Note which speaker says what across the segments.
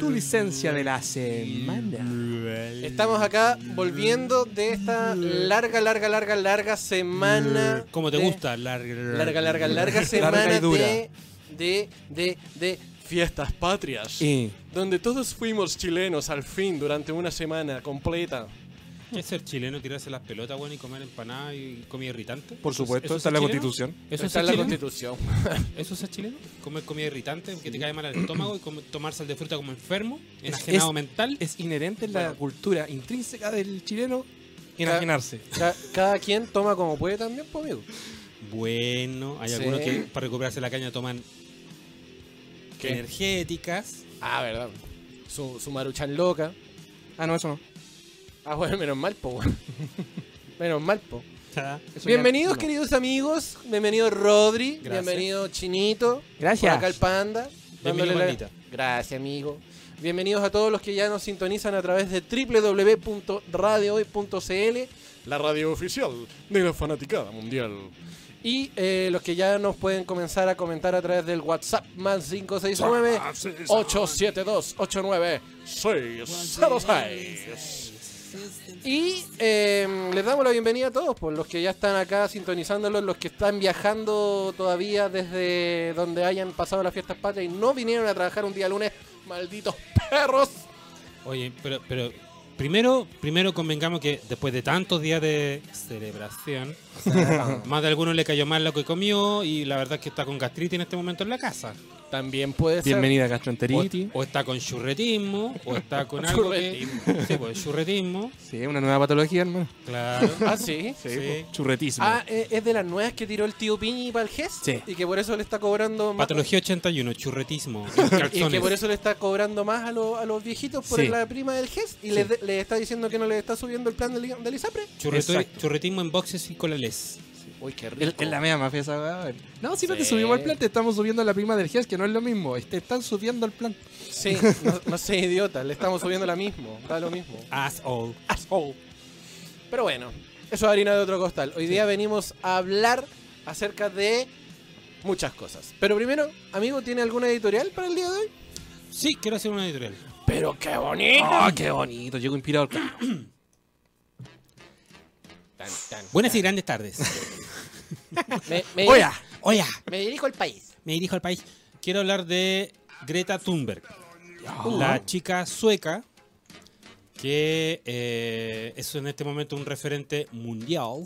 Speaker 1: Tu licencia de la semana.
Speaker 2: Estamos acá volviendo de esta larga, larga, larga, larga semana.
Speaker 3: ¿Cómo Mm, te
Speaker 2: de-
Speaker 3: gusta? Larga,
Speaker 2: Larga, larga, larga semana
Speaker 1: Larga y dura.
Speaker 2: de, de, de, de fiestas patrias.
Speaker 1: Y
Speaker 2: Donde todos fuimos chilenos al fin durante una semana completa.
Speaker 3: ¿Qué es ser chileno? Tirarse las pelotas, weón, y comer empanada y comida irritante.
Speaker 1: Por supuesto,
Speaker 3: ¿Eso es
Speaker 1: está
Speaker 3: ser
Speaker 1: en la
Speaker 3: chileno?
Speaker 1: Constitución.
Speaker 3: ¿Eso es
Speaker 2: Está
Speaker 3: ser
Speaker 2: en la
Speaker 3: chileno?
Speaker 2: constitución.
Speaker 3: ¿Eso es ser chileno? Comer comida irritante que te cae mal al estómago y com- tomar sal de fruta como enfermo, enajenado mental.
Speaker 1: es inherente en la
Speaker 2: Bueno.
Speaker 1: cultura intrínseca del chileno enajenarse.
Speaker 2: Ca- cada quien toma como puede también, pues, amigo.
Speaker 3: Bueno, hay
Speaker 2: Sí.
Speaker 3: algunos que para recuperarse la caña toman
Speaker 2: ¿Qué?
Speaker 3: energéticas.
Speaker 2: Ah, verdad. Su, su maruchan loca.
Speaker 1: Ah, no, eso no.
Speaker 2: Ah, bueno, menos mal, po. weón. menos mal, po.
Speaker 1: Eso
Speaker 2: Bienvenidos,
Speaker 1: ya- no.
Speaker 2: queridos amigos. Bienvenido, Rodri.
Speaker 3: Gracias.
Speaker 2: Bienvenido, Chinito. Por
Speaker 1: Gracias.
Speaker 2: acá el panda.
Speaker 3: Bienvenido,
Speaker 2: dándole la-
Speaker 3: pandita.
Speaker 2: Gracias, amigo. Bienvenidos a todos los que ya nos sintonizan a través de www.radiohoy.cl, la radio oficial de la fanaticada mundial. Y eh, los que ya nos pueden comenzar a comentar a través del WhatsApp más 569 872 89606. Y eh, les damos la bienvenida a todos, por los que ya están acá sintonizándolos, los que están viajando todavía desde donde hayan pasado las fiestas patrias y no vinieron a trabajar un día lunes, malditos perros.
Speaker 3: Oye, pero, pero primero, primero convengamos que después de tantos días de celebración, más de alguno le cayó mal lo que comió y la verdad es que está con gastritis en este momento en la casa.
Speaker 2: También puede ser.
Speaker 1: Bienvenida a
Speaker 3: O,
Speaker 1: gastroenteritis.
Speaker 3: o está con churretismo, o está con algo que... Sí, pues churretismo,
Speaker 1: Sí, una nueva patología, hermano.
Speaker 3: claro.
Speaker 2: Ah, sí.
Speaker 3: Sí.
Speaker 1: pues, Churretismo.
Speaker 2: Ah, eh, es de las nuevas que tiró el tío Piñi para el GES
Speaker 1: Sí.
Speaker 2: y que por eso le está cobrando más.
Speaker 3: Patología 81, churretismo.
Speaker 2: Y que
Speaker 3: calzones.
Speaker 2: por eso le está cobrando más a, los- a los viejitos por
Speaker 1: Sí.
Speaker 2: la prima del GES y
Speaker 1: Sí.
Speaker 2: les, de- les está diciendo que no le está subiendo el plan del, del ISAPRE.
Speaker 3: Churreto-
Speaker 1: Exacto.
Speaker 3: churretismo en boxes y colales.
Speaker 2: Uy, qué rico.
Speaker 1: Es es la media mafia esa, weón. No, si no te
Speaker 2: Sí.
Speaker 1: subimos el plan, te estamos subiendo la prima del GES, que no es lo mismo. Te están subiendo el plan.
Speaker 2: Sí, no, no sé, idiota, le estamos subiendo la mismo, da lo mismo.
Speaker 3: As all.
Speaker 2: Asshole. Pero bueno, eso es harina de otro costal. Hoy día venimos a hablar acerca de muchas cosas. Pero primero, amigo, ¿tiene alguna editorial para el día de hoy?
Speaker 3: Sí, quiero hacer una editorial.
Speaker 2: Pero Ah, qué bonito.
Speaker 1: ¡Oh, qué bonito! Llegó inspirado.
Speaker 2: Tan, tan.
Speaker 3: Buenas y grandes tardes.
Speaker 2: Me, me,
Speaker 1: ¡Hola!
Speaker 3: Hola,
Speaker 2: me dirijo al país.
Speaker 3: me dirijo al país. Quiero hablar de Greta Thunberg, la chica sueca que eh, es en este momento un referente mundial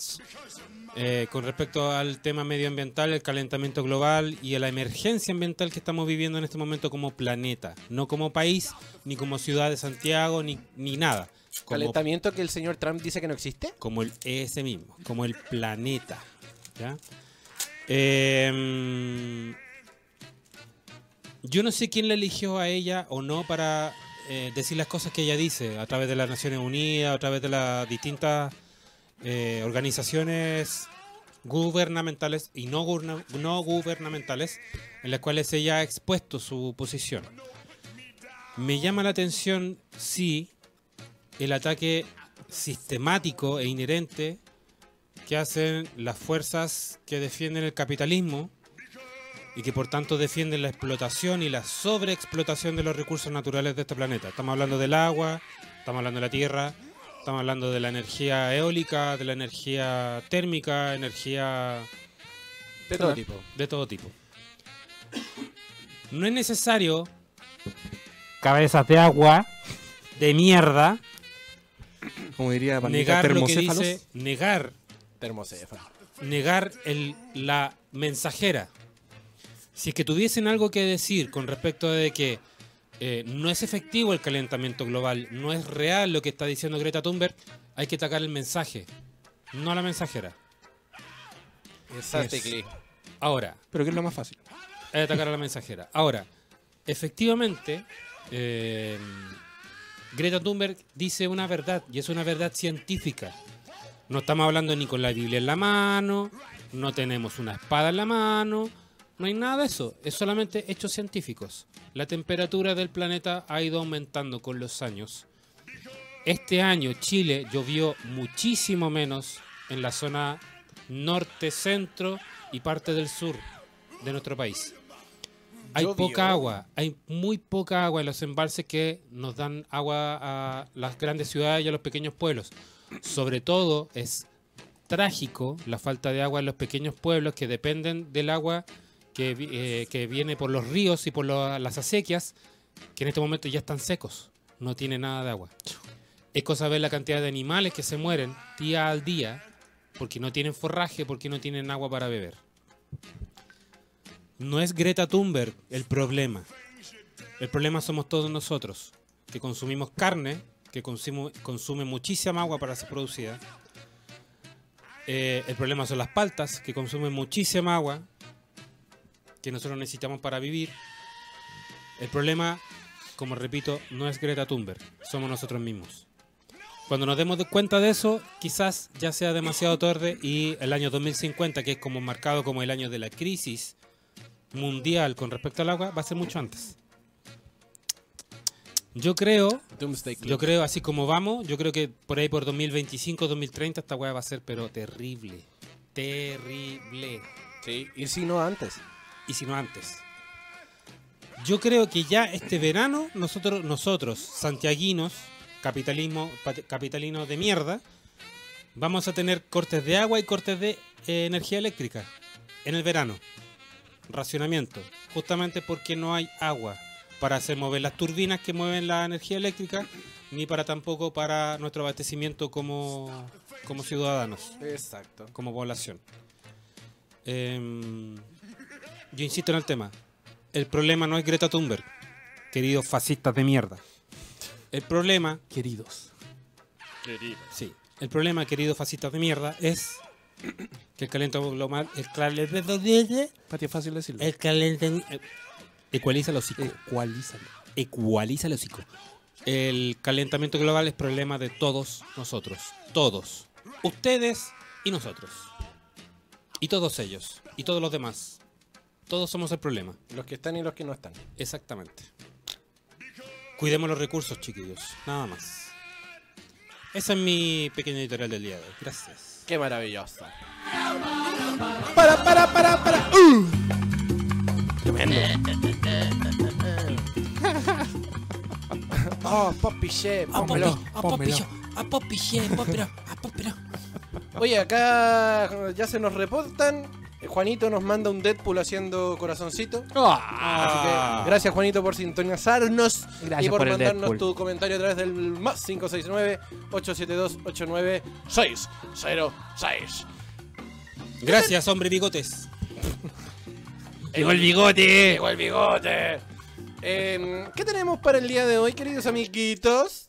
Speaker 3: eh, con respecto al tema medioambiental, el calentamiento global y a la emergencia ambiental que estamos viviendo en este momento como planeta, no como país, ni como ciudad de Santiago, ni, ni nada. Como
Speaker 2: ¿Calentamiento que el señor Trump dice que no existe?
Speaker 3: como el ese mismo, como el planeta. ¿ya? Eh, yo no sé quién la eligió a ella o no para eh, decir las cosas que ella dice a través de las Naciones Unidas, a través de las distintas eh, organizaciones gubernamentales y no, gurna- no gubernamentales en las cuales ella ha expuesto su posición. Me llama la atención, sí, el ataque sistemático e inherente que hacen las fuerzas que defienden el capitalismo y que por tanto defienden la explotación y la sobreexplotación de los recursos naturales de este planeta. Estamos hablando del agua, estamos hablando de la tierra, estamos hablando de la energía eólica, de la energía térmica, energía
Speaker 2: De todo tipo.
Speaker 3: de todo tipo. No es necesario cabezas de agua de mierda
Speaker 1: Como diría Pandita,
Speaker 3: negar lo que
Speaker 1: termocéfalos.
Speaker 3: dice, negar
Speaker 2: Termocefa.
Speaker 3: negar el- la mensajera. Si es que tuviesen algo que decir con respecto de que eh, no es efectivo el calentamiento global, no es real lo que está diciendo Greta Thunberg, hay que atacar el mensaje, no a la mensajera.
Speaker 2: Exactly.
Speaker 3: Ahora,
Speaker 1: Pero que es lo más fácil.
Speaker 3: hay que atacar a la mensajera. Ahora, efectivamente, eh, Greta Thunberg dice una verdad, y es una verdad científica. No estamos hablando ni con la Biblia en la mano, no tenemos una espada en la mano, No hay nada de eso, es solamente hechos científicos. La temperatura del planeta ha ido aumentando con los años. Este año Chile llovió muchísimo menos en la zona norte, centro y parte del sur de nuestro país. Hay
Speaker 2: Llovió.
Speaker 3: poca agua, hay muy poca agua en los embalses que nos dan agua a las grandes ciudades y a los pequeños pueblos. Sobre todo es trágico la falta de agua en los pequeños pueblos que dependen del agua que, vi- eh, que viene por los ríos y por lo- las acequias, que en este momento ya están secos, no tiene nada de agua. Es cosa ver la cantidad de animales que se mueren día al día porque no tienen forraje, porque no tienen agua para beber. No es Greta Thunberg el problema. El problema somos todos nosotros, que consumimos carne, que consumo- consume muchísima agua para ser producida. Eh, el problema son las paltas, que consumen muchísima agua, que nosotros necesitamos para vivir. El problema, como repito, no es Greta Thunberg, somos nosotros mismos. Cuando nos demos de- cuenta de eso, quizás ya sea demasiado tarde y el año 2050, que es como marcado como el año de la crisis mundial con respecto al agua, va a ser mucho antes. Yo creo,
Speaker 2: Doomsday
Speaker 3: yo creo así como vamos, yo creo que por ahí por 2025, 2030 esta weá va a ser pero terrible, terrible
Speaker 2: Sí, y si no antes.
Speaker 3: y si no antes. Yo creo que ya este verano nosotros, nosotros santiaguinos, capitalismo, pat- capitalinos de mierda, vamos a tener cortes de agua y cortes de eh, energía eléctrica en el verano. Racionamiento, justamente porque no hay agua para hacer mover las turbinas que mueven la energía eléctrica, ni para tampoco para nuestro abastecimiento como, como ciudadanos
Speaker 2: Exacto.
Speaker 3: como población. Em, yo insisto en el tema. El problema no es Greta Thunberg, queridos fascistas de mierda. El problema,
Speaker 1: Queridos.
Speaker 3: sí, el problema, queridos fascistas de mierda, es que el calentamiento global, el calentamiento,
Speaker 1: Pati, es fácil decirlo.
Speaker 3: el calentamiento, eh, ecualiza los hijos.
Speaker 1: Ecualízalo.
Speaker 3: Ecualiza el hocico. El calentamiento global es problema de todos nosotros. Todos. Ustedes y nosotros. Y todos ellos. Y todos los demás. Todos somos el problema.
Speaker 2: Los que están y los que no están.
Speaker 3: Exactamente. Cuidemos los recursos, chiquillos. Nada más. Esa es mi pequeña editorial del día de hoy. Gracias.
Speaker 2: Qué maravilloso.
Speaker 1: Para, para, para, para. ¡Uh!
Speaker 2: Oh, Poppy Chef.
Speaker 4: Ah,
Speaker 1: Pónmelo, ah, pónmelo.
Speaker 2: Oye, acá ya se nos reportan. Eh, Juanito nos manda un Deadpool haciendo corazoncito. Así que gracias Juanito por sintonizarnos
Speaker 4: Ah. Gracias
Speaker 2: y por,
Speaker 4: por el
Speaker 2: mandarnos
Speaker 4: Deadpool.
Speaker 2: tu comentario a través del más 569-872-89606.
Speaker 3: Gracias, hombre bigotes.
Speaker 4: Llegó el bigote.
Speaker 2: Llegó el bigote. Em, ¿Qué tenemos para el día de hoy, queridos amiguitos?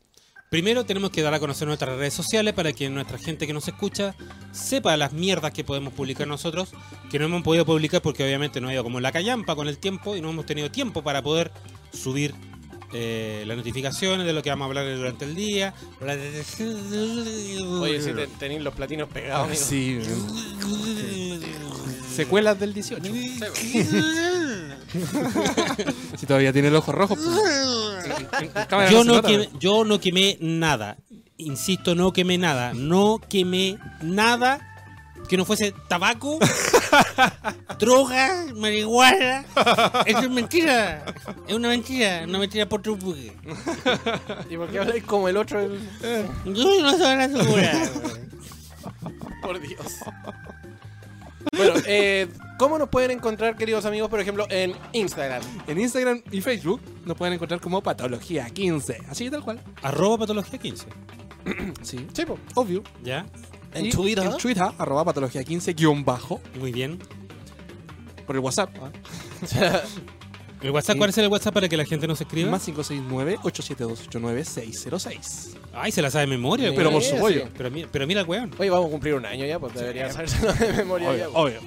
Speaker 3: Primero tenemos que dar a conocer nuestras redes sociales para que nuestra gente que nos escucha sepa las mierdas que podemos publicar nosotros, que no hemos podido publicar porque obviamente no ha ido como la callampa con el tiempo y no hemos tenido tiempo para poder subir eh, las notificaciones de lo que vamos a hablar durante el día.
Speaker 2: Oye, si te- tenéis los platinos pegados, amigo.
Speaker 1: Sí. Secuelas del 18. Si todavía tiene el ojo rojo. pues. Cámara,
Speaker 3: Yo
Speaker 1: se
Speaker 3: no,
Speaker 1: nota.
Speaker 3: quemé, yo no quemé nada. Insisto, no quemé nada. No quemé nada que no fuese tabaco, droga, marihuana. Eso es mentira. Es una mentira. Una mentira por tu buque.
Speaker 2: ¿Y por qué habláis como el otro? El...
Speaker 3: Yo no soy la segura.
Speaker 2: Por Dios. Bueno, eh, ¿cómo nos pueden encontrar, queridos amigos, por ejemplo, en Instagram?
Speaker 1: En Instagram y Facebook nos pueden encontrar como Patología15. Así que tal cual.
Speaker 3: Arroba patología 15.
Speaker 1: Sí.
Speaker 2: Sí, po.
Speaker 1: Obvio.
Speaker 3: ¿Ya?
Speaker 1: Y En Twitter, arroba patología15 guión bajo.
Speaker 3: Muy bien.
Speaker 1: Por el WhatsApp. ¿ah?
Speaker 3: ¿El WhatsApp?
Speaker 1: Sí.
Speaker 3: ¿Cuál es el WhatsApp para que la gente nos escriba?
Speaker 1: Más 569-872-89606.
Speaker 3: Ay, se la sabe de memoria.
Speaker 1: Pero por
Speaker 2: Sí,
Speaker 1: supuesto.
Speaker 2: sí.
Speaker 3: Pero, mi- pero mira el weón.
Speaker 2: Oye, vamos a cumplir un año ya, pues debería saberse de memoria ya.
Speaker 1: Obvio, obvio.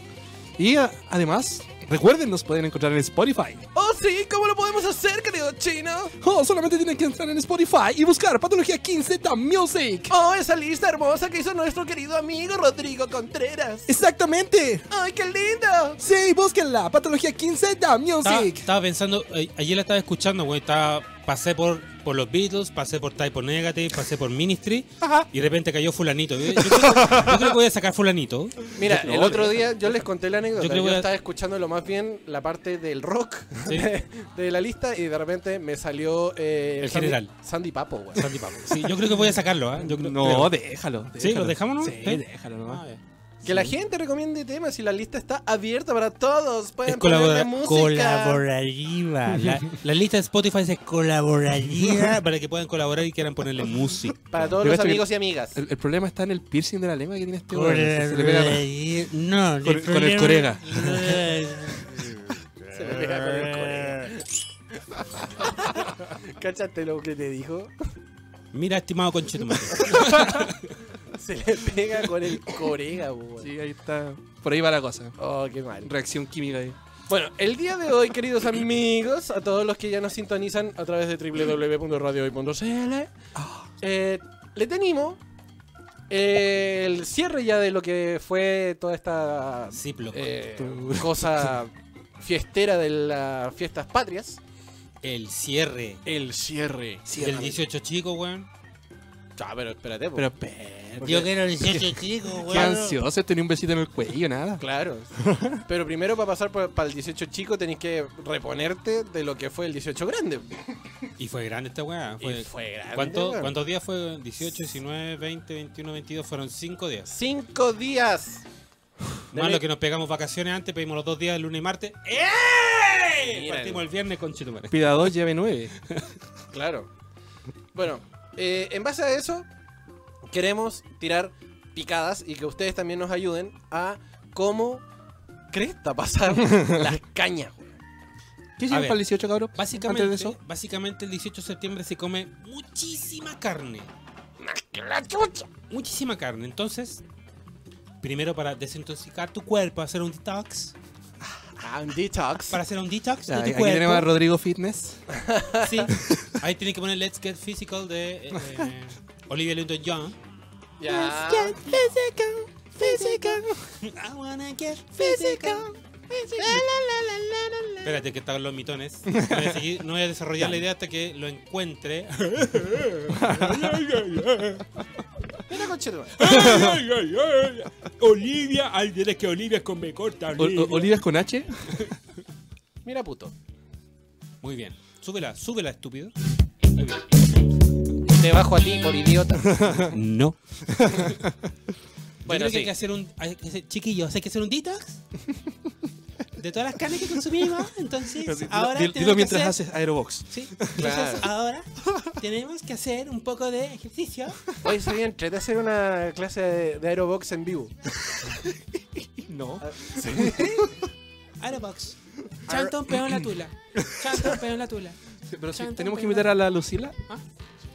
Speaker 1: Y Y a- además, recuerden, nos pueden encontrar en Spotify.
Speaker 2: ¡Oh, sí! ¿Cómo lo podemos hacer, querido chino?
Speaker 1: Oh, solamente tienen que entrar en Spotify y buscar Patología 15 The Music.
Speaker 2: ¡Oh, esa lista hermosa que hizo nuestro querido amigo Rodrigo Contreras!
Speaker 1: Exactamente.
Speaker 2: ¡Ay, qué lindo!
Speaker 1: Sí, búsquenla. Patología 15 The
Speaker 3: Estaba,
Speaker 1: Music.
Speaker 3: estaba pensando, eh, ayer la estaba escuchando, güey. Estaba, pasé por, por los Beatles, pasé por Typo Negative, pasé por Ministry
Speaker 1: Ajá.
Speaker 3: y de repente cayó Fulanito. Yo, yo creo, yo creo que voy a sacar Fulanito.
Speaker 2: Mira, el otro día yo les conté la anécdota.
Speaker 3: Yo
Speaker 2: Yo,
Speaker 3: creo que-
Speaker 2: estaba escuchando lo más bien la parte del rock
Speaker 3: Sí.
Speaker 2: de, de la lista y de repente me salió. eh,
Speaker 3: El
Speaker 2: Sandy-
Speaker 3: general.
Speaker 2: Sandy Papo, güey.
Speaker 3: Sandy Papo. Sí, yo creo que voy a sacarlo, ¿ah? Yo creo-
Speaker 1: No,
Speaker 3: creo.
Speaker 1: déjalo.
Speaker 3: Sí,
Speaker 1: déjalo.
Speaker 3: ¿lo dejamos, no?
Speaker 1: Sí,
Speaker 3: Sí.
Speaker 1: déjalo
Speaker 3: Ah,
Speaker 1: nomás.
Speaker 3: ya.
Speaker 2: Que la gente recomiende temas y la lista está abierta para todos.
Speaker 3: Es
Speaker 2: Pueden ponerle
Speaker 3: colabora-
Speaker 2: música.
Speaker 3: colaborativa. La, la lista de Spotify es colaborativa para que puedan colaborar y quieran ponerle música.
Speaker 2: Para todos
Speaker 1: Yo
Speaker 2: los
Speaker 1: cacho que-
Speaker 2: amigos y amigas.
Speaker 1: El, el problema está en el piercing de la lengua que tiene este
Speaker 3: Con
Speaker 1: weón. Se le pega la-
Speaker 3: el- No,
Speaker 1: Con- con el corega.
Speaker 2: Se me pega con el colega. Cáchate lo que te dijo.
Speaker 3: Mira, estimado conchetumare.
Speaker 2: Se le pega con el corega, güey.
Speaker 1: Sí, ahí está. Por ahí va la cosa.
Speaker 2: Oh, qué mal.
Speaker 1: Reacción química ahí.
Speaker 2: Bueno, el día de hoy, queridos amigos, a todos los que ya nos sintonizan a través de www.radiohoy.cl,
Speaker 1: Ah.
Speaker 2: eh, le tenemos eh, el cierre ya de lo que fue toda esta
Speaker 3: Ziploc.
Speaker 2: eh, cosa fiestera de las fiestas patrias.
Speaker 3: El cierre.
Speaker 2: El cierre.
Speaker 3: El 18 chico, weón.
Speaker 2: Ah, pero espérate, po.
Speaker 1: Pero, pero.
Speaker 3: Yo quiero el 18 chico,
Speaker 1: Qué ansioso, tenía un besito en el cuello, nada.
Speaker 2: Claro. Pero primero para pasar para el 18 chico tenés que reponerte de lo que fue el 18 grande.
Speaker 3: Y fue grande esta weá.
Speaker 2: Y
Speaker 3: fue-
Speaker 2: fue grande,
Speaker 3: ¿Cuánto-
Speaker 2: weón.
Speaker 3: ¿Cuántos días fue? 18, 19, 20, 21, 22. Fueron 5 días.
Speaker 2: Cinco días.
Speaker 3: Más
Speaker 2: Dale.
Speaker 3: lo que nos pegamos vacaciones antes, pedimos los dos días, el lunes y martes. ¡Ey!
Speaker 2: ¡Eh! Mira,
Speaker 3: Partimos el viernes con Chitumare.
Speaker 1: Pida 2, llave 9.
Speaker 2: Claro. Bueno, eh, en base a eso, queremos tirar picadas y que ustedes también nos ayuden a cómo cresta pasar las cañas. güey.
Speaker 1: ¿Qué llevan
Speaker 3: ver.
Speaker 1: para el 18, cabrón?
Speaker 3: Básicamente,
Speaker 1: Antes de eso.
Speaker 3: básicamente el 18 de septiembre se come muchísima carne. Muchísima carne. Entonces, primero para desintoxicar tu cuerpo, hacer un detox.
Speaker 2: Ah, un detox.
Speaker 3: Para hacer un detox
Speaker 1: Ya,
Speaker 3: de
Speaker 1: aquí
Speaker 3: tu cuerpo.
Speaker 1: tenemos a Rodrigo Fitness.
Speaker 3: Sí. Ahí tiene que poner Let's Get Physical de eh, eh, Olivia Newton-John.
Speaker 2: Ya.
Speaker 3: I wanna get physical. Espérate que están los mitones. No voy a, seguir- no voy a desarrollar la idea hasta que lo encuentre.
Speaker 2: Mira, conchetumare.
Speaker 3: Olivia, ay, tienes que Olivia es con B corta.
Speaker 1: O- o- Olivas con H.
Speaker 2: Mira, puto.
Speaker 3: Muy bien. Súbela, súbela, estúpido.
Speaker 2: Te bajo a ti por idiota.
Speaker 3: No.
Speaker 2: Bueno,
Speaker 3: Bueno, hay
Speaker 2: sí.
Speaker 3: que hacer un. Hay que hacer- chiquillos, hay que hacer un detox. De todas las carnes que consumimos. Entonces, ahora.
Speaker 1: Dilo-
Speaker 3: tenemos
Speaker 1: Dilo
Speaker 3: que
Speaker 1: mientras
Speaker 3: hacer-
Speaker 1: haces aerobox.
Speaker 3: Sí.
Speaker 2: Claro.
Speaker 3: Entonces, ahora tenemos que hacer un poco de ejercicio.
Speaker 2: Hoy sería entrete hacer una clase de, de aerobox en vivo.
Speaker 1: No.
Speaker 3: Aerobox. Chantón peón la tula. Chantón peón la tula.
Speaker 1: Pero si
Speaker 3: Chan,
Speaker 1: tenemos
Speaker 3: chan,
Speaker 1: que invitar a la Lucila.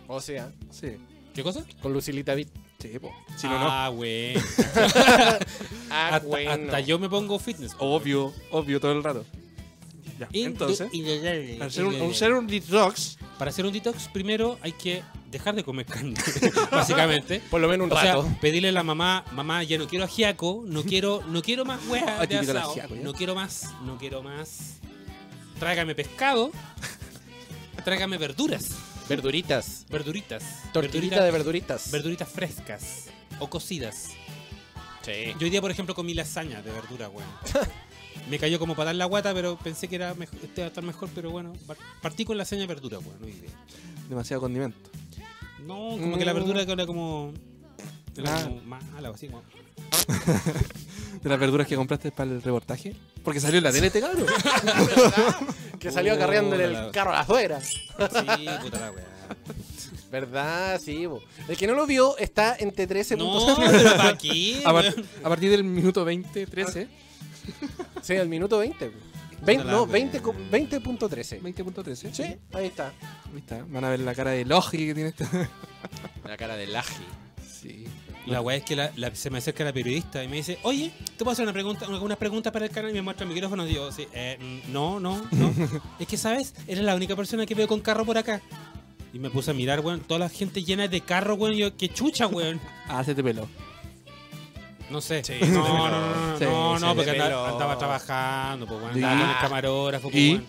Speaker 2: O sea,
Speaker 1: Sí.
Speaker 3: ¿Qué cosa?
Speaker 2: con Lucilita Bit.
Speaker 1: Sí, po. Si no, no.
Speaker 3: Ah, güey.
Speaker 2: Ah,
Speaker 3: Hasta, hasta yo me pongo fitness. Oh,
Speaker 1: Obvio, obvio, todo el rato. Ya. Entonces,
Speaker 3: Indu-
Speaker 1: hacer un,
Speaker 3: indudable.
Speaker 1: hacer un detox.
Speaker 3: Para hacer un detox, primero hay que dejar de comer carne, básicamente.
Speaker 2: Por lo menos un
Speaker 3: O sea,
Speaker 2: rato.
Speaker 3: pedirle a la mamá, mamá, ya no quiero ajiaco, no quiero, no quiero más hueá
Speaker 1: Ay,
Speaker 3: de
Speaker 1: te quito el
Speaker 3: asado,
Speaker 1: ajiaco, ¿ya?
Speaker 3: no quiero más, no quiero más. Tráigame pescado, tráigame verduras,
Speaker 2: Verduritas.
Speaker 3: verduritas,
Speaker 2: Tortillita
Speaker 3: verduritas-
Speaker 2: de verduritas.
Speaker 3: verduritas frescas o cocidas.
Speaker 2: sí.
Speaker 3: Yo hoy día, por ejemplo, comí lasaña de verdura, weón. Me cayó como para dar la guata, pero pensé que era mejor, este iba a estar mejor, pero bueno, par- partí con lasaña de verdura, weón, hoy día.
Speaker 1: Demasiado condimento.
Speaker 3: No, como que la
Speaker 1: Mm.
Speaker 3: verdura que era como. Era
Speaker 1: Ah.
Speaker 3: como mala o así, como.
Speaker 1: De las verduras que compraste para el reportaje. Porque salió en la tele este cabrón.
Speaker 2: Que salió acarreando en
Speaker 3: Oh, la-
Speaker 2: el carro afuera.
Speaker 3: Sí, puta la weá.
Speaker 2: ¿Verdad? Sí, bo. El que no lo vio está en T13.
Speaker 3: No, pero pa' aquí.
Speaker 1: A, par-
Speaker 3: weón.
Speaker 1: a partir del minuto 20, 13,
Speaker 2: Sí, al minuto 20. Vein-
Speaker 3: la
Speaker 2: no,
Speaker 3: wea.
Speaker 2: 20 co- 20.13.
Speaker 1: 20.13.
Speaker 2: sí, ahí está.
Speaker 1: Ahí está. Van a ver la cara de Logi que tiene este.
Speaker 2: La cara de Laji.
Speaker 1: Sí.
Speaker 3: La weá es que la- la- se me acerca la periodista y me dice, oye, ¿te puedo hacer una pregunta, algunas preguntas para el canal? Y me muestra el micrófono y yo, sí, eh, mm, no, no, no. es que, ¿sabes? Eres la única persona que veo con carro por acá. Y me puse a mirar, weón, toda la gente llena de carro, weón. Y yo, qué chucha, weón.
Speaker 1: Ah, se te peló.
Speaker 3: No sé.
Speaker 4: Sí,
Speaker 3: no,
Speaker 4: se
Speaker 3: no,
Speaker 4: peló.
Speaker 3: no, no,
Speaker 1: Sí,
Speaker 3: no, no,
Speaker 4: se
Speaker 3: porque
Speaker 4: le
Speaker 3: andaba,
Speaker 4: peló.
Speaker 3: andaba trabajando, pues, weón.
Speaker 1: ¿Y?
Speaker 3: Andaba con el camarógrafo, pues,
Speaker 1: ¿Y?
Speaker 3: weón.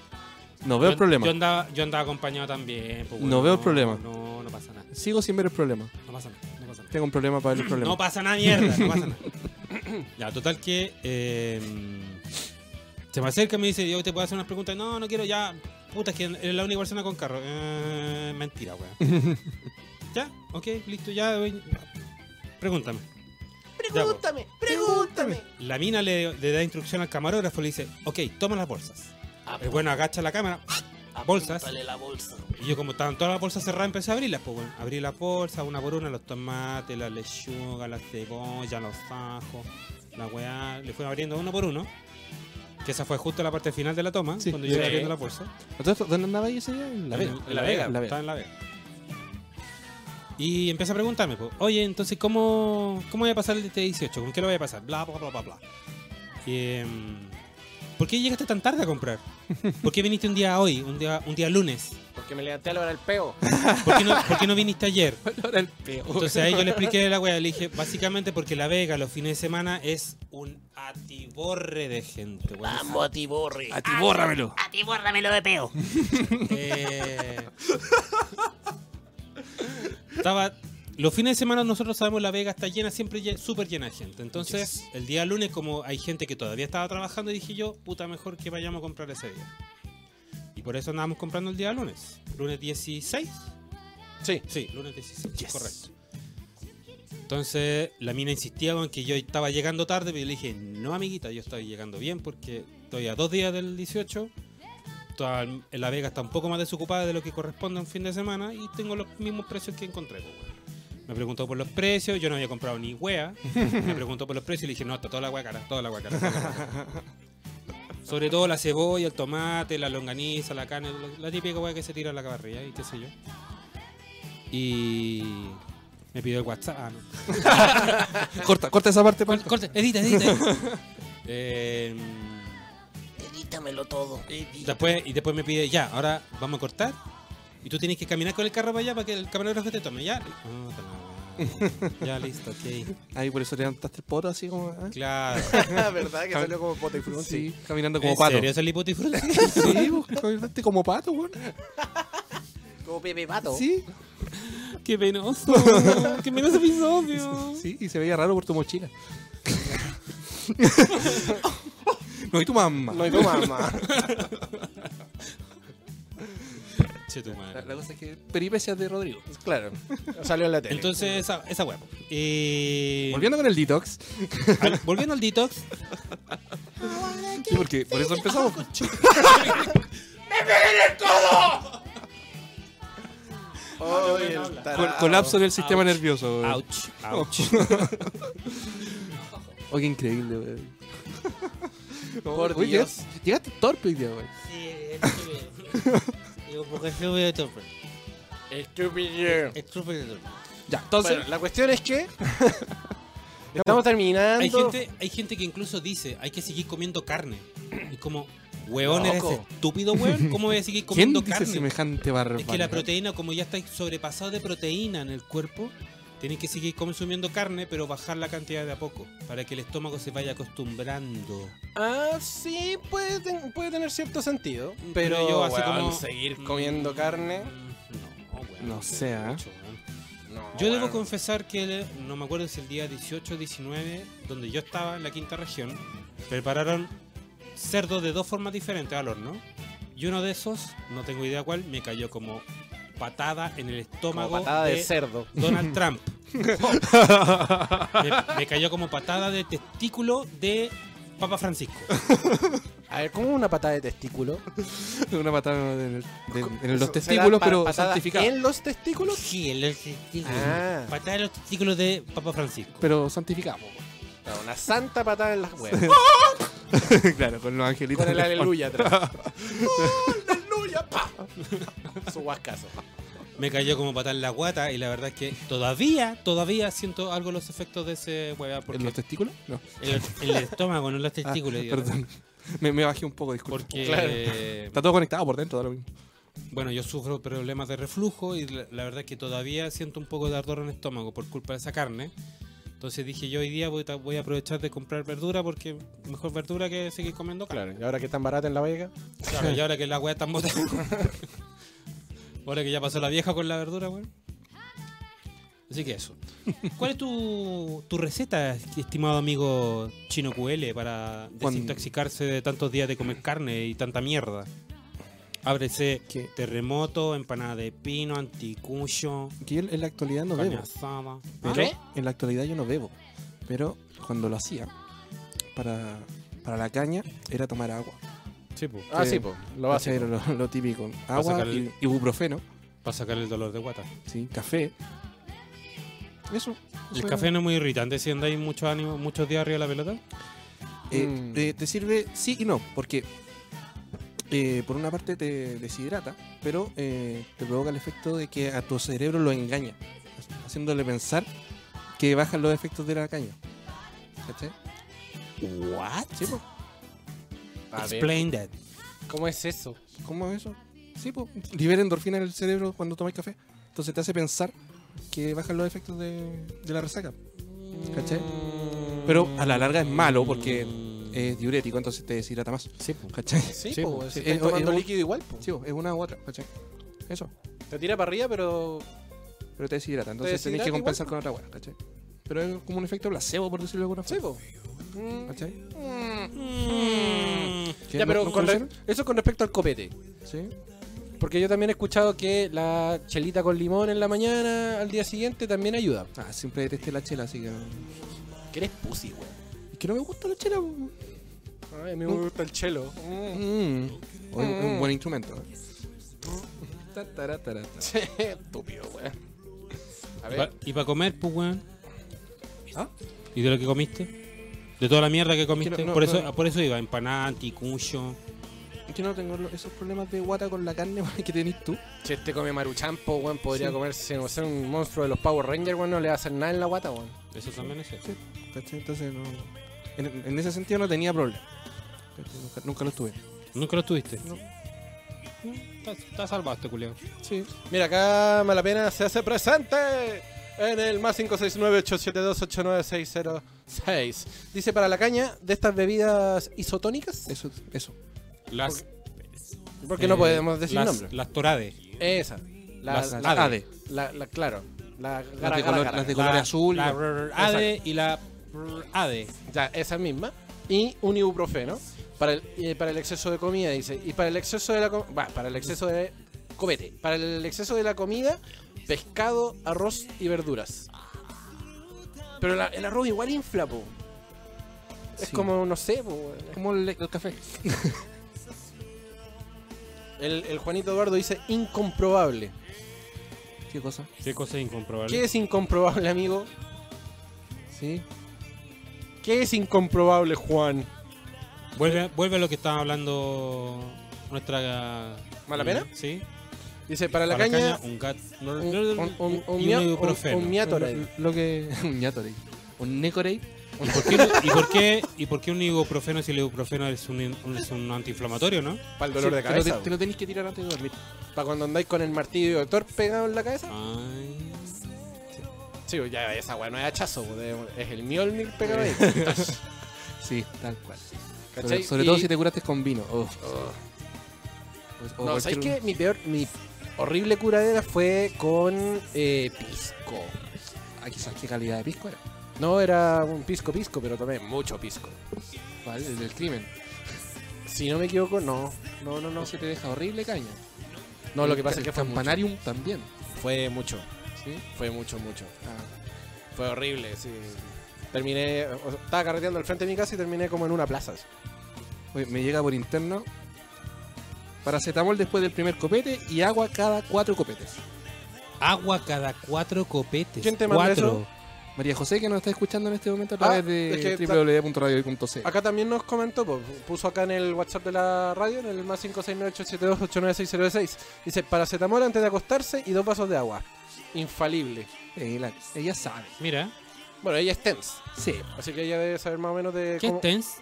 Speaker 1: No veo
Speaker 3: yo,
Speaker 1: el problema.
Speaker 3: Yo andaba, yo andaba acompañado también, pues, weón.
Speaker 1: No veo el problema.
Speaker 3: No, no pasa nada,
Speaker 1: Sigo sin ver el problema.
Speaker 3: no pasa nada, no pasa nada.
Speaker 1: Tengo un problema para ver el problema.
Speaker 3: No pasa nada, mierda. No pasa nada. ya, total que. eh, se me acerca y me dice: Yo te puedo hacer unas preguntas. No, no quiero ya. Puta, es que eres la única persona con carro. Eh, mentira, weón. ya, ok, listo, ya. voy. Pregúntame. Ya, po.
Speaker 2: Pregúntame, pregúntame.
Speaker 3: La mina le, le da instrucción al camarógrafo. Le dice: Ok, toma las bolsas. El bueno agacha la cámara. ¡ah! Bolsas.
Speaker 5: Ah, la bolsa.
Speaker 3: Y yo, como estaban todas las bolsas cerradas, empecé a abrirlas. Pues bueno, abrí las bolsas una por una, los tomates, las lechugas, las cebollas, los ajos, la weá. Le fui abriendo uno por uno. Que esa fue justo la parte final de la toma,
Speaker 1: Sí.
Speaker 3: cuando yo iba
Speaker 4: Sí.
Speaker 3: abriendo la bolsa.
Speaker 1: Entonces, ¿Dónde andaba ahí ese día? En La Vega.
Speaker 3: En La Vega,
Speaker 1: La
Speaker 3: estaba en La Vega. Y empieza a preguntarme, pues, oye, entonces, ¿cómo, ¿cómo voy a pasar este 18? ¿Con qué lo voy a pasar? Bla, bla, bla, bla, bla. Y, em, ¿Por qué llegaste tan tarde a comprar? ¿Por qué viniste un día hoy, un día, un día lunes?
Speaker 2: Porque me levanté a la hora del peo.
Speaker 3: ¿Por qué no, por qué no viniste ayer?
Speaker 1: Ahora el peo.
Speaker 3: Entonces ahí yo le expliqué la weá, le dije, básicamente porque La Vega los fines de semana es un atiborre de gente, weón.
Speaker 5: Vamos a Tiborre.
Speaker 1: A ti, bórramelo.
Speaker 5: A Tiborramelo de peo.
Speaker 3: Eh, Estaba. Los fines de semana nosotros sabemos La Vega está llena, siempre lle- súper llena de gente. Entonces, el día lunes, como hay gente que todavía estaba trabajando, dije yo, puta, mejor que vayamos a comprar ese día. Y por eso andábamos comprando el día lunes. Lunes 16.
Speaker 2: Sí.
Speaker 3: Sí, lunes 16. Correcto. Entonces, la mina insistía con que yo estaba llegando tarde, pero yo le dije, no, amiguita, yo estoy llegando bien porque estoy a dos días del 18. toda- en La Vega está un poco más desocupada de lo que corresponde a un fin de semana y tengo los mismos precios que encontré. pues, weón". Me preguntó por los precios, yo no había comprado ni wea. Me preguntó por los precios y le dije, no, está toda la wea cara, toda la wea cara. toda la wea cara". Sobre todo la cebolla, el tomate, la longaniza, la carne, la, la típica wea que se tira a la cabarrilla y qué sé yo. Y me pidió el WhatsApp. Ah, no.
Speaker 1: Corta, corta esa parte.
Speaker 3: Cor-
Speaker 1: Pancho.
Speaker 3: corte, edita, edita. edita. Eh,
Speaker 5: Edítamelo todo.
Speaker 3: después, y después me pide, ya, ahora vamos a cortar. Y tú tienes que caminar con el carro para allá para que el camarógrafo te tome. Ya, Ah, está la- ya listo, ok.
Speaker 1: Ahí por eso levantaste el poto así como. ¿eh?
Speaker 3: Claro.
Speaker 2: ¿Verdad? Que salió como pote y
Speaker 1: Sí, caminando como
Speaker 3: ¿En
Speaker 1: pato.
Speaker 3: serio salí potifruti?
Speaker 1: Sí, vos caminaste como pato, weón.
Speaker 2: Como Pepe Pato.
Speaker 1: Sí,
Speaker 3: Qué penoso. Qué penoso episodio.
Speaker 1: sí, y se veía raro por tu mochila. no, y tu mamá.
Speaker 2: No hay tu mamá.
Speaker 3: Che, tu
Speaker 1: La,
Speaker 3: madre.
Speaker 1: la cosa es que peripecias de Rodrigo.
Speaker 2: claro. Salió en la tele.
Speaker 3: Entonces, esa, esa huevo. Eh,
Speaker 1: Volviendo con el detox.
Speaker 3: al- volviendo al detox,
Speaker 1: Sí, porque por eso empezamos. pues,
Speaker 2: Oye, el
Speaker 1: Col-
Speaker 2: tarado.
Speaker 1: colapso del sistema nervioso. weón.
Speaker 3: ouch, ouch.
Speaker 1: Oh, qué increíble, weón.
Speaker 2: Por
Speaker 1: Oye,
Speaker 2: Dios.
Speaker 1: llegaste- Llegaste torpe hoy día, weón.
Speaker 5: Sí, estúpido. Digo, porque yo veo torpe.
Speaker 2: Estúpido.
Speaker 5: Estúpido torpe.
Speaker 1: Ya, entonces.
Speaker 2: Bueno, la cuestión es que estamos terminando.
Speaker 3: Hay gente, hay gente que incluso dice, hay que seguir comiendo carne. Es como, weón, eres
Speaker 2: Loco.
Speaker 3: estúpido, weón. ¿Cómo voy a seguir
Speaker 1: ¿Quién
Speaker 3: comiendo
Speaker 1: dice
Speaker 3: carne?
Speaker 1: semejante barbaridad?
Speaker 3: Es que la proteína, como ya está sobrepasado de proteína en el cuerpo, tienes que seguir consumiendo carne, pero bajar la cantidad de a poco, para que el estómago se vaya acostumbrando.
Speaker 2: Ah, sí, puede, ten- puede tener cierto sentido. Pero, yo así como seguir comiendo carne.
Speaker 3: No, weón.
Speaker 1: No sé, ¿ah?
Speaker 3: mucho, weón.
Speaker 2: no,
Speaker 3: Yo
Speaker 2: bueno.
Speaker 3: debo confesar que, el- no me acuerdo si el día 18 o 19, donde yo estaba en la quinta región, prepararon cerdo de dos formas diferentes al horno. Y uno de esos, no tengo idea cuál, me cayó como patada en el
Speaker 2: como
Speaker 3: estómago
Speaker 2: patada de,
Speaker 3: de
Speaker 2: cerdo.
Speaker 3: Donald Trump. me, me cayó como patada de testículo de Papa Francisco.
Speaker 2: A ver, ¿cómo una patada de testículo?
Speaker 1: Una patada en, el- de- en los
Speaker 2: ¿Será
Speaker 1: testículos,
Speaker 2: pa-
Speaker 1: pero
Speaker 2: patada
Speaker 1: santificada.
Speaker 2: ¿En los testículos?
Speaker 5: Sí, el testículo.
Speaker 2: Ah,
Speaker 3: Patada de los testículos de Papa Francisco.
Speaker 1: Pero santificado, weón.
Speaker 2: no, una santa patada en las huevas.
Speaker 1: claro, con los angelitos.
Speaker 2: con el
Speaker 1: en la-
Speaker 2: aleluya atrás. ¡Oh, ¡Aleluya! ¡Pa! Su guascazo.
Speaker 3: me cayó como patar la guata y la verdad es que todavía, todavía siento algo los efectos de ese hueá porque
Speaker 1: ¿En los testículos? No.
Speaker 3: el, el estómago, no en los
Speaker 1: Ah,
Speaker 3: testículos. idiota.
Speaker 1: perdón. Me, me bajé un poco, disculpa.
Speaker 3: Porque
Speaker 1: Está todo conectado por dentro, da lo mismo.
Speaker 3: Eh, Bueno, yo sufro problemas de reflujo y la, la verdad es que todavía siento un poco de ardor en el estómago por culpa de esa carne. Entonces dije yo hoy día voy, ta- voy a aprovechar de comprar verdura porque mejor verdura que seguir comiendo carne.
Speaker 6: Claro, y ahora que están baratas en la vega,
Speaker 3: Claro, y ahora que la weá está botada. ahora que ya pasó la vieja con la verdura, weón. Así que eso. ¿Cuál es tu, tu receta, estimado amigo Chino QL, para
Speaker 1: Con-
Speaker 3: desintoxicarse de tantos días de comer carne y tanta mierda? Ábrese
Speaker 1: ¿Qué?
Speaker 3: terremoto, empanada de pino, anticucho,
Speaker 1: Que yo en la actualidad no
Speaker 3: carne
Speaker 1: bebo.
Speaker 3: asada.
Speaker 1: Pero
Speaker 3: ¿Ah?
Speaker 1: en la actualidad yo no bebo. Pero cuando lo hacía, para, para la caña, era tomar agua.
Speaker 3: Sí, po,
Speaker 6: Ah,
Speaker 1: Sí.
Speaker 6: sí, pues. Lo
Speaker 1: Lo,
Speaker 6: básico.
Speaker 1: lo, lo típico. Agua,
Speaker 3: sacar
Speaker 1: y
Speaker 3: el-
Speaker 1: ibuprofeno,
Speaker 3: para sacar el dolor de guata.
Speaker 1: ¿sí? café. Eso. eso
Speaker 3: El
Speaker 1: era.
Speaker 3: café no es muy irritante si andáis mucho ánimo, muchos días arriba de la pelota.
Speaker 1: Eh,
Speaker 2: Mm.
Speaker 1: te, te sirve sí y no, porque eh, por una parte te deshidrata, pero eh, te provoca el efecto de que a tu cerebro lo engaña, haciéndole pensar que bajan los efectos de la caña. ¿Cachai?
Speaker 3: What?
Speaker 1: Sí, po.
Speaker 2: A ver,
Speaker 3: Explain that.
Speaker 2: ¿Cómo es eso?
Speaker 1: ¿Cómo es eso? Sí, po. libera endorfina en el cerebro cuando tomáis café. Entonces te hace pensar que bajan los efectos de, de la resaca. ¿Cachai? Pero a la larga es malo porque es diurético, entonces te deshidrata más.
Speaker 3: Sí, po.
Speaker 1: ¿Cachai?
Speaker 2: Sí,
Speaker 3: Sí,
Speaker 2: po,
Speaker 3: po,
Speaker 2: si
Speaker 1: sí.
Speaker 2: estáis
Speaker 1: Eh,
Speaker 2: tomando
Speaker 1: eh,
Speaker 2: líquido igual, po.
Speaker 1: Sí, po, es una u otra, ¿cachai? Eso.
Speaker 2: Te tira para arriba, pero
Speaker 1: pero te deshidrata. Entonces
Speaker 2: deshidrata
Speaker 1: tenés que
Speaker 2: igual,
Speaker 1: compensar con otra hueá, ¿cachai? Pero es como un efecto placebo, por decirlo de alguna
Speaker 2: sí,
Speaker 1: forma.
Speaker 2: po. Mm,
Speaker 1: ¿Cachai?
Speaker 3: Mm.
Speaker 1: ¿Qué?
Speaker 2: Ya,
Speaker 1: ¿No-
Speaker 2: pero
Speaker 1: no
Speaker 2: con re-
Speaker 1: conocieron?
Speaker 2: eso con respecto al copete.
Speaker 1: Sí.
Speaker 2: Porque yo también he escuchado que la chelita con limón en la mañana, al día siguiente, también ayuda.
Speaker 1: Ah, siempre detesté la chela, así que.
Speaker 2: Que eres pussy, weón.
Speaker 1: Es que no me gusta la chela, po.
Speaker 2: Ay, me gusta el chelo.
Speaker 1: Mm. O es- es un
Speaker 2: Mm.
Speaker 1: buen instrumento. ¿eh? Tataratarata.
Speaker 2: Estúpido, weón. A ver,
Speaker 3: ¿Y para comer, pues, weón?
Speaker 1: ¿Ah?
Speaker 3: ¿Y de lo que comiste? ¿De toda la mierda que comiste?
Speaker 1: Que no- no-
Speaker 3: por, eso,
Speaker 1: no-
Speaker 3: por eso iba, empanada, anticucho.
Speaker 1: Es que no tengo lo- esos problemas de guata con la carne que tenés tú.
Speaker 2: si este come maruchampo, weón, podría comerse, no sé, un monstruo de los Power Rangers, weón, no le va a hacer nada en la guata, weón.
Speaker 3: Eso también es eso.
Speaker 1: ¿Cachai? Entonces no. En, en ese sentido no tenía problema. ¿Cachai? Nunca, nunca lo tuve.
Speaker 3: ¿Nunca lo tuviste?
Speaker 1: No.
Speaker 3: No, Está, está salvado este culiao.
Speaker 1: Sí.
Speaker 2: Mira, acá Malapena se hace presente en el más 569-872-89606. Dice, para la caña, de estas bebidas isotónicas,
Speaker 1: Eso. eso.
Speaker 3: Las,
Speaker 2: porque no
Speaker 3: eh,
Speaker 2: podemos decir
Speaker 3: las,
Speaker 2: nombre.
Speaker 3: Las torades.
Speaker 2: Esa. La,
Speaker 1: Las-
Speaker 2: la-
Speaker 1: las ADE.
Speaker 2: la- la- claro. La
Speaker 1: Las
Speaker 2: gara,
Speaker 1: de
Speaker 2: gara,
Speaker 1: color,
Speaker 2: gara.
Speaker 1: las de color
Speaker 3: La-
Speaker 1: azul.
Speaker 3: La rrr, ADE y la rrr, ADE.
Speaker 2: Ya, esa misma. Y un ibuprofeno para el, eh, para el exceso de comida, dice. Y para el exceso de la com- bah, para el exceso de comete. Para el exceso de la comida, pescado, arroz y verduras. Pero la- el arroz igual infla, po. Es
Speaker 1: Sí.
Speaker 2: como, no sé, po.
Speaker 1: como el, el café.
Speaker 2: El, el Juanito Eduardo dice incomprobable.
Speaker 1: ¿Qué cosa?
Speaker 3: Qué cosa incomprobable.
Speaker 2: ¿Qué es incomprobable, amigo?
Speaker 1: Sí.
Speaker 2: ¿Qué es incomprobable, Juan?
Speaker 3: Vuelve, vuelve a lo que estaba hablando nuestra... eh,
Speaker 2: ¿Malapena?
Speaker 3: Sí.
Speaker 2: Dice, para la,
Speaker 3: Para
Speaker 2: caña,
Speaker 3: un gat...
Speaker 2: un, un, un, un
Speaker 3: y
Speaker 2: mia-
Speaker 3: un
Speaker 2: un-
Speaker 3: ibuprofeno.
Speaker 2: un miatorade.
Speaker 1: Lo que. Un ñatorade. Un necorade.
Speaker 3: ¿Y por, qué, no- y, por qué, ¿Y por qué un ibuprofeno si el ibuprofeno es un, un- es un antiinflamatorio, no?
Speaker 2: Para el dolor
Speaker 1: Sí, te lo
Speaker 2: de
Speaker 1: te-
Speaker 2: cabeza.
Speaker 1: Te, lo tenéis que tirar antes de dormir.
Speaker 2: Para cuando andáis con el martillo de Thor pegado en la cabeza.
Speaker 3: Ay.
Speaker 2: Sí, ya esa weá no es hachazo, po, de- es el Mjolnir pegado ahí.
Speaker 1: Sí, tal cual.
Speaker 2: ¿Cachai?
Speaker 1: Sobre, sobre
Speaker 2: Y-
Speaker 1: todo si te curaste con vino. Oh. O-
Speaker 2: Oh.
Speaker 1: o
Speaker 2: no,
Speaker 1: cualquier-
Speaker 2: ¿sabéis qué? Mi peor, mi horrible curadera fue con eh, pisco.
Speaker 1: Ah, quizás qué calidad de pisco era.
Speaker 2: No era un pisco pisco, pero tomé mucho pisco.
Speaker 1: Vale, el del crimen.
Speaker 2: Si no me equivoco, no. No, no, no.
Speaker 1: No se te deja horrible caña.
Speaker 2: No, lo que pasa es que
Speaker 1: el
Speaker 2: fue mucho.
Speaker 1: campanarium también.
Speaker 2: Fue mucho,
Speaker 1: Sí.
Speaker 2: fue mucho, mucho.
Speaker 1: Ah,
Speaker 2: Fue horrible, sí. Terminé, o sea, estaba carreteando al frente de mi casa y terminé como en una plaza. así.
Speaker 1: oye, me llega por interno. Paracetamol después del primer copete y agua cada cuatro copetes.
Speaker 3: Agua cada cuatro copetes.
Speaker 2: ¿Quién te manda
Speaker 3: Cuatro.
Speaker 2: eso?
Speaker 1: María José, que nos está escuchando en este momento a través
Speaker 2: Ah, es que
Speaker 1: de
Speaker 2: está-
Speaker 1: www.radio.cl.
Speaker 2: Acá también nos comentó, po, puso acá en el WhatsApp de la radio, en el más 569-872-89606. Dice, paracetamol antes de acostarse y dos vasos de agua. Infalible.
Speaker 1: Eh, la- Ella sabe.
Speaker 3: Mira,
Speaker 2: Bueno, ella es TENS,
Speaker 1: Sí.
Speaker 2: así que ella debe saber más o menos de...
Speaker 3: ¿qué es TENS?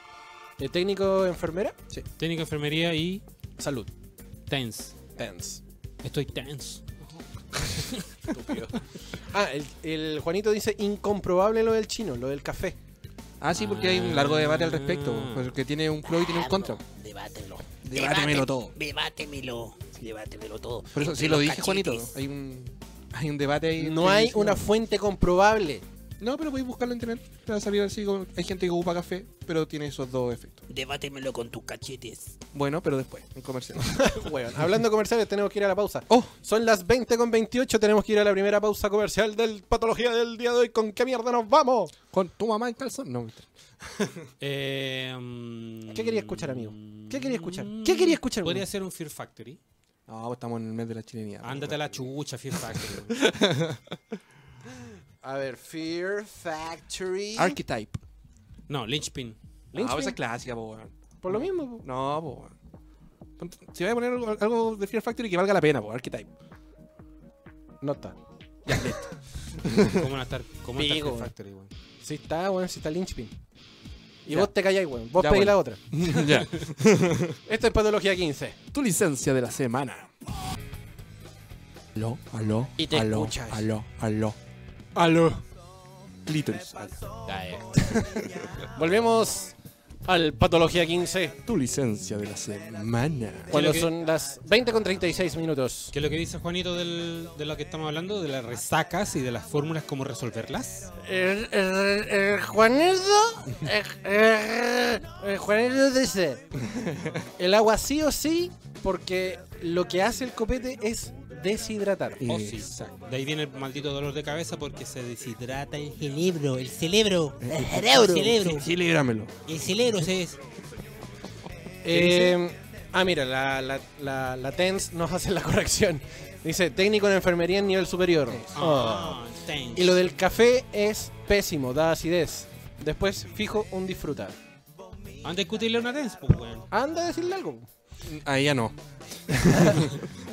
Speaker 2: ¿De técnico de enfermera? Sí.
Speaker 3: Técnica de enfermería y
Speaker 2: Salud.
Speaker 3: TENS.
Speaker 2: TENS.
Speaker 3: Estoy TENS.
Speaker 2: Estúpido. ah, el, el Juanito dice, incomprobable lo del chino, lo del café.
Speaker 1: Ah, sí, porque hay un largo debate al respecto. Porque tiene un pro y tiene un contra.
Speaker 5: Debátelo.
Speaker 1: Debátemelo todo.
Speaker 5: Debátemelo. Debátemelo todo.
Speaker 1: Por eso,
Speaker 5: Entre
Speaker 1: sí lo
Speaker 5: los
Speaker 1: dije, Juanito.
Speaker 5: cachetes.
Speaker 1: Hay un, hay un debate ahí.
Speaker 2: No hay
Speaker 1: entre-
Speaker 2: una fuente comprobable.
Speaker 1: No, pero podéis buscarlo en internet. Te va a salir así. como- Hay gente que ocupa café, pero tiene esos dos efectos.
Speaker 5: Debátemelo con tus cachetes.
Speaker 1: Bueno, pero después, en comercial.
Speaker 2: Weón, hablando de comerciales, tenemos que ir a la pausa.
Speaker 1: ¡Oh!
Speaker 2: Son las 20 con 28, tenemos que ir a la primera pausa comercial del Patología del día de hoy. ¿Con qué mierda nos vamos?
Speaker 1: Con tu mamá en calzón. No, mentira.
Speaker 3: Eh, mm,
Speaker 2: ¿Qué quería escuchar, amigo? ¿Qué quería escuchar? ¿Qué quería escuchar,
Speaker 3: Podría
Speaker 2: amigo?
Speaker 3: ser un Fear Factory.
Speaker 1: no pues estamos en el mes de la chilenía.
Speaker 3: Ándate a la chucha, Fear Factory.
Speaker 2: A ver, Fear Factory.
Speaker 1: Archetype.
Speaker 3: No, Lynchpin.
Speaker 2: Lynch,
Speaker 1: No, esa
Speaker 2: Lynch.
Speaker 1: es clásica, po, weón.
Speaker 2: Por lo mismo. po.
Speaker 1: No, po, weón. Ponte- Si voy a poner algo, algo de Fear Factory que valga la pena, po, Archetype.
Speaker 2: No está.
Speaker 3: ¿Cómo van a estar? ¿Cómo van a estar
Speaker 2: Pico,
Speaker 3: Fear
Speaker 2: weón.
Speaker 3: Factory, weón?
Speaker 2: Sí está, weón, sí está Lynchpin. Y
Speaker 1: Ya.
Speaker 2: vos te calláis, weón. Vos
Speaker 1: Ya,
Speaker 2: pedís
Speaker 1: bueno.
Speaker 2: la otra.
Speaker 1: ya.
Speaker 2: Esto es Patología 15.
Speaker 1: Tu licencia de la semana. Aló, aló.
Speaker 2: Y te
Speaker 1: aló,
Speaker 2: escuchas.
Speaker 1: aló, aló. Aló. Clítoris. aló.
Speaker 2: Volvemos al Patología 15.
Speaker 1: Tu licencia de la semana.
Speaker 2: Cuando
Speaker 3: lo que-
Speaker 2: son las 20 con 36 minutos.
Speaker 3: ¿Qué es lo que dice Juanito del- de lo que estamos hablando? De las resacas y de las fórmulas, cómo resolverlas.
Speaker 2: El, el- el Juanildo. El, el- el Juanildo dice: El agua sí o sí, porque lo que hace el copete es deshidratar.
Speaker 3: Oh, sí.
Speaker 1: Exacto.
Speaker 3: De ahí viene el maldito dolor de cabeza porque se deshidrata el gen.
Speaker 5: Celebro, el celebro. El
Speaker 1: cerebro.
Speaker 5: celebro.
Speaker 1: Sí, líbramelo.
Speaker 5: El celebro se es.
Speaker 2: Eh, ah, mira, la, la, la- la TENS nos hace la corrección. Dice: Técnico en enfermería en nivel superior. Oh.
Speaker 3: Ah,
Speaker 2: Y lo del café es pésimo, da acidez. Después, fijo, un disfrutar.
Speaker 3: ¿Han de discutirle una vez? Pues, weón.
Speaker 2: Anda a decirle algo.
Speaker 1: A ella no.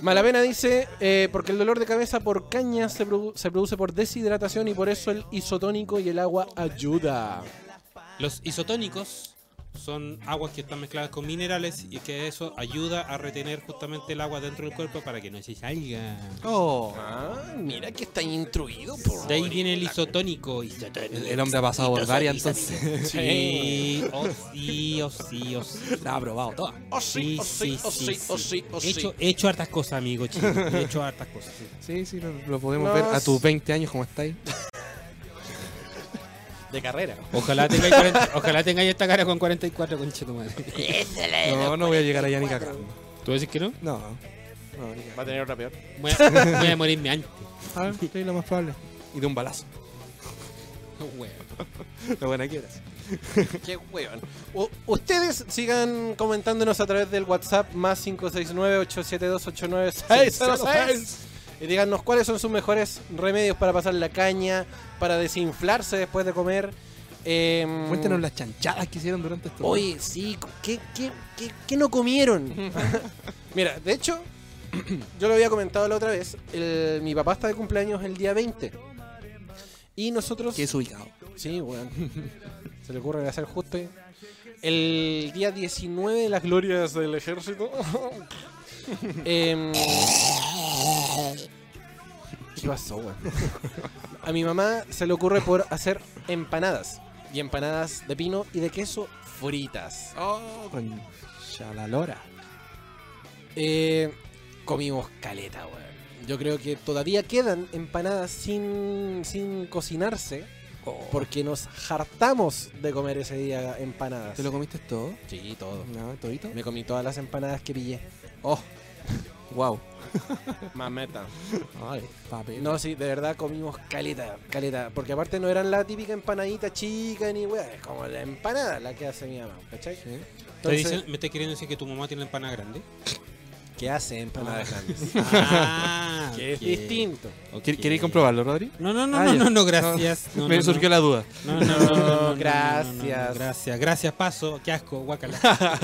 Speaker 2: Malavena dice, eh, porque el dolor de cabeza por caña se, produ- se produce por deshidratación y por eso el isotónico y el agua ayuda.
Speaker 3: Los isotónicos son aguas que están mezcladas con minerales y que eso ayuda a retener justamente el agua dentro del cuerpo para que no se salga.
Speaker 1: Oh.
Speaker 2: Ah, mira que está intruido. Por...
Speaker 3: De ahí viene el isotónico. isotónico.
Speaker 1: El, el hombre ha pasado por varias, entonces.
Speaker 3: Sí, oh sí, oh sí, oh sí.
Speaker 1: La ha probado toda.
Speaker 2: Oh, sí, oh, sí, oh, sí, oh, sí, oh,
Speaker 3: He
Speaker 2: sí.
Speaker 3: hecho, he hecho hartas cosas, amigo, chico. He hecho hartas cosas. sí.
Speaker 1: Sí, sí, lo, lo podemos
Speaker 2: No,
Speaker 1: ver a
Speaker 2: sí.
Speaker 1: tus 20 años como estáis.
Speaker 2: De carrera.
Speaker 3: Ojalá tengáis 40 ojalá tengáis esta cara con 44, concha tu madre.
Speaker 1: No, no voy a llegar allá ni cagando.
Speaker 3: ¿Tú decís que no?
Speaker 1: No. No, ni cagando.
Speaker 2: Va a tener otra peor.
Speaker 3: Voy a, voy a morirme antes.
Speaker 1: Ah, sí, lo más probable. Y de un balazo. La buena que eras.
Speaker 2: Qué hueón. U- ustedes sigan comentándonos a través del WhatsApp más 569-872-89606. Y díganos cuáles son sus mejores remedios para pasar la caña, para desinflarse después de comer. Em,
Speaker 1: Mm. Cuéntanos las chanchadas que hicieron durante estos
Speaker 2: Oye, sí, ¿qué, qué, qué, qué no comieron? Mira, de hecho, yo lo había comentado la otra vez, el- mi papá está de cumpleaños el día 20. Y nosotros...
Speaker 1: que es ubicado.
Speaker 2: Sí, weón. Se le ocurre hacer justo. ahí. El día 19 de las glorias del ejército. Em, ¿Qué pasó, weón? A mi mamá se le ocurre por hacer empanadas. Y empanadas de pino y de queso fritas.
Speaker 1: Oh, con Chalalora.
Speaker 2: Eh, comimos caleta, weón. Yo creo que todavía quedan empanadas sin, sin cocinarse.
Speaker 1: Oh.
Speaker 2: Porque nos hartamos de comer ese día empanadas.
Speaker 1: ¿Te lo comiste todo?
Speaker 2: Sí, todo.
Speaker 1: No, todito.
Speaker 2: Me comí todas las empanadas que pillé.
Speaker 1: Oh, wow.
Speaker 2: Mameta.
Speaker 1: Ay, papel.
Speaker 2: No, sí, de verdad comimos caleta, caleta. Porque aparte no eran la típica empanadita chica ni weá. Es como la empanada la que hace mi mamá, ¿cachai?
Speaker 1: Sí.
Speaker 3: ¿Te
Speaker 2: Entonces,
Speaker 3: dicen, ¿Me estás queriendo decir que tu mamá tiene la empana grande?
Speaker 6: que hace empanadas grandes.
Speaker 3: Ah,
Speaker 6: Que es
Speaker 3: ok,
Speaker 2: Distinto.
Speaker 3: ok.
Speaker 1: ¿Quer- ¿Queréis comprobarlo, Rodri?
Speaker 3: No, no, no,
Speaker 1: Ah,
Speaker 3: no,
Speaker 1: ya.
Speaker 3: no, no, gracias. No,
Speaker 1: Me
Speaker 3: no,
Speaker 1: surgió
Speaker 3: no.
Speaker 1: la duda.
Speaker 3: No, no, no, no, no, no, no, no,
Speaker 6: gracias.
Speaker 3: Gracias, gracias, paso. Qué asco, guacala.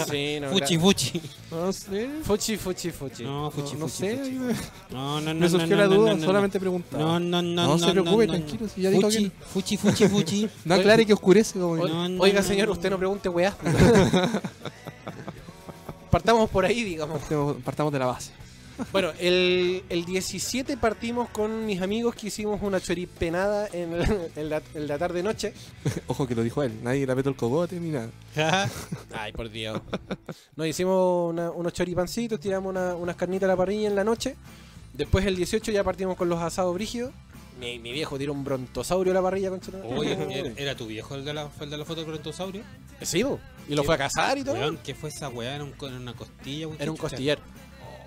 Speaker 2: Sí, no,
Speaker 3: Fuchi, fuchi.
Speaker 1: No sé.
Speaker 2: gra- Fuchi, fuchi, fuchi.
Speaker 3: No, fuchi,
Speaker 1: no
Speaker 3: fuchi,
Speaker 1: sé.
Speaker 3: fuchi.
Speaker 1: me-
Speaker 3: No, no, no.
Speaker 1: me
Speaker 3: no,
Speaker 1: surgió
Speaker 3: no,
Speaker 1: la
Speaker 3: no,
Speaker 1: duda,
Speaker 3: no, no.
Speaker 1: solamente preguntaba.
Speaker 3: No, no, no.
Speaker 1: No se preocupe,
Speaker 3: no,
Speaker 1: tranquilo, si ya dijo
Speaker 3: fuchi,
Speaker 1: que
Speaker 3: fuchi, fuchi, fuchi.
Speaker 1: No aclare que oscurece como
Speaker 2: O-
Speaker 1: que-
Speaker 3: No, no,
Speaker 2: Oiga,
Speaker 3: no,
Speaker 2: señor,
Speaker 3: no,
Speaker 2: usted
Speaker 3: no.
Speaker 2: no pregunte weá. Partamos por ahí, digamos.
Speaker 1: Partemos- Partamos de la base.
Speaker 2: Bueno, el, el 17 partimos con mis amigos que hicimos una choripenada en, el- en la, en la tarde-noche.
Speaker 1: Ojo que lo dijo él. Nadie le apretó el cogote ni nada.
Speaker 2: Ay, por Dios. Nos hicimos una- unos choripancitos, tiramos una- unas carnitas a la parrilla en la noche. Después el 18 ya partimos con los asados brígidos. Mi, mi viejo tiró un brontosaurio a la parrilla con
Speaker 3: Oye, eh, ¿era- ¿era tu viejo el de la, el de la foto del brontosaurio?
Speaker 2: Sí, bo. y lo fue a cazar y todo.
Speaker 3: Weón, ¿qué fue esa weá? Era, un co- era una costilla, weón.
Speaker 2: Era un
Speaker 3: ¿Qué chucha?
Speaker 2: costillar.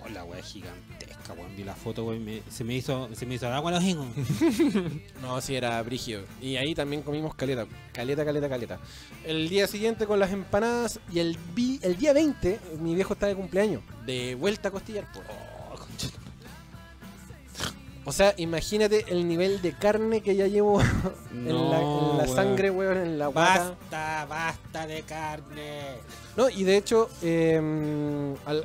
Speaker 3: Oh, la weá gigantesca, weón. Vi la foto, weón. me- se me hizo, se me hizo el agua a los hijos.
Speaker 2: No, sí, era brígido. Y ahí también comimos caleta, caleta, caleta, caleta. El día siguiente con las empanadas y el, vi- el día 20, mi viejo está de cumpleaños. De vuelta a costillar, pues.
Speaker 3: Oh,
Speaker 2: O sea, imagínate el nivel de carne que ya llevo en la, en la
Speaker 3: weón.
Speaker 2: sangre, weón, en la guata.
Speaker 3: Basta, basta de carne.
Speaker 2: No, y de hecho, eh, al-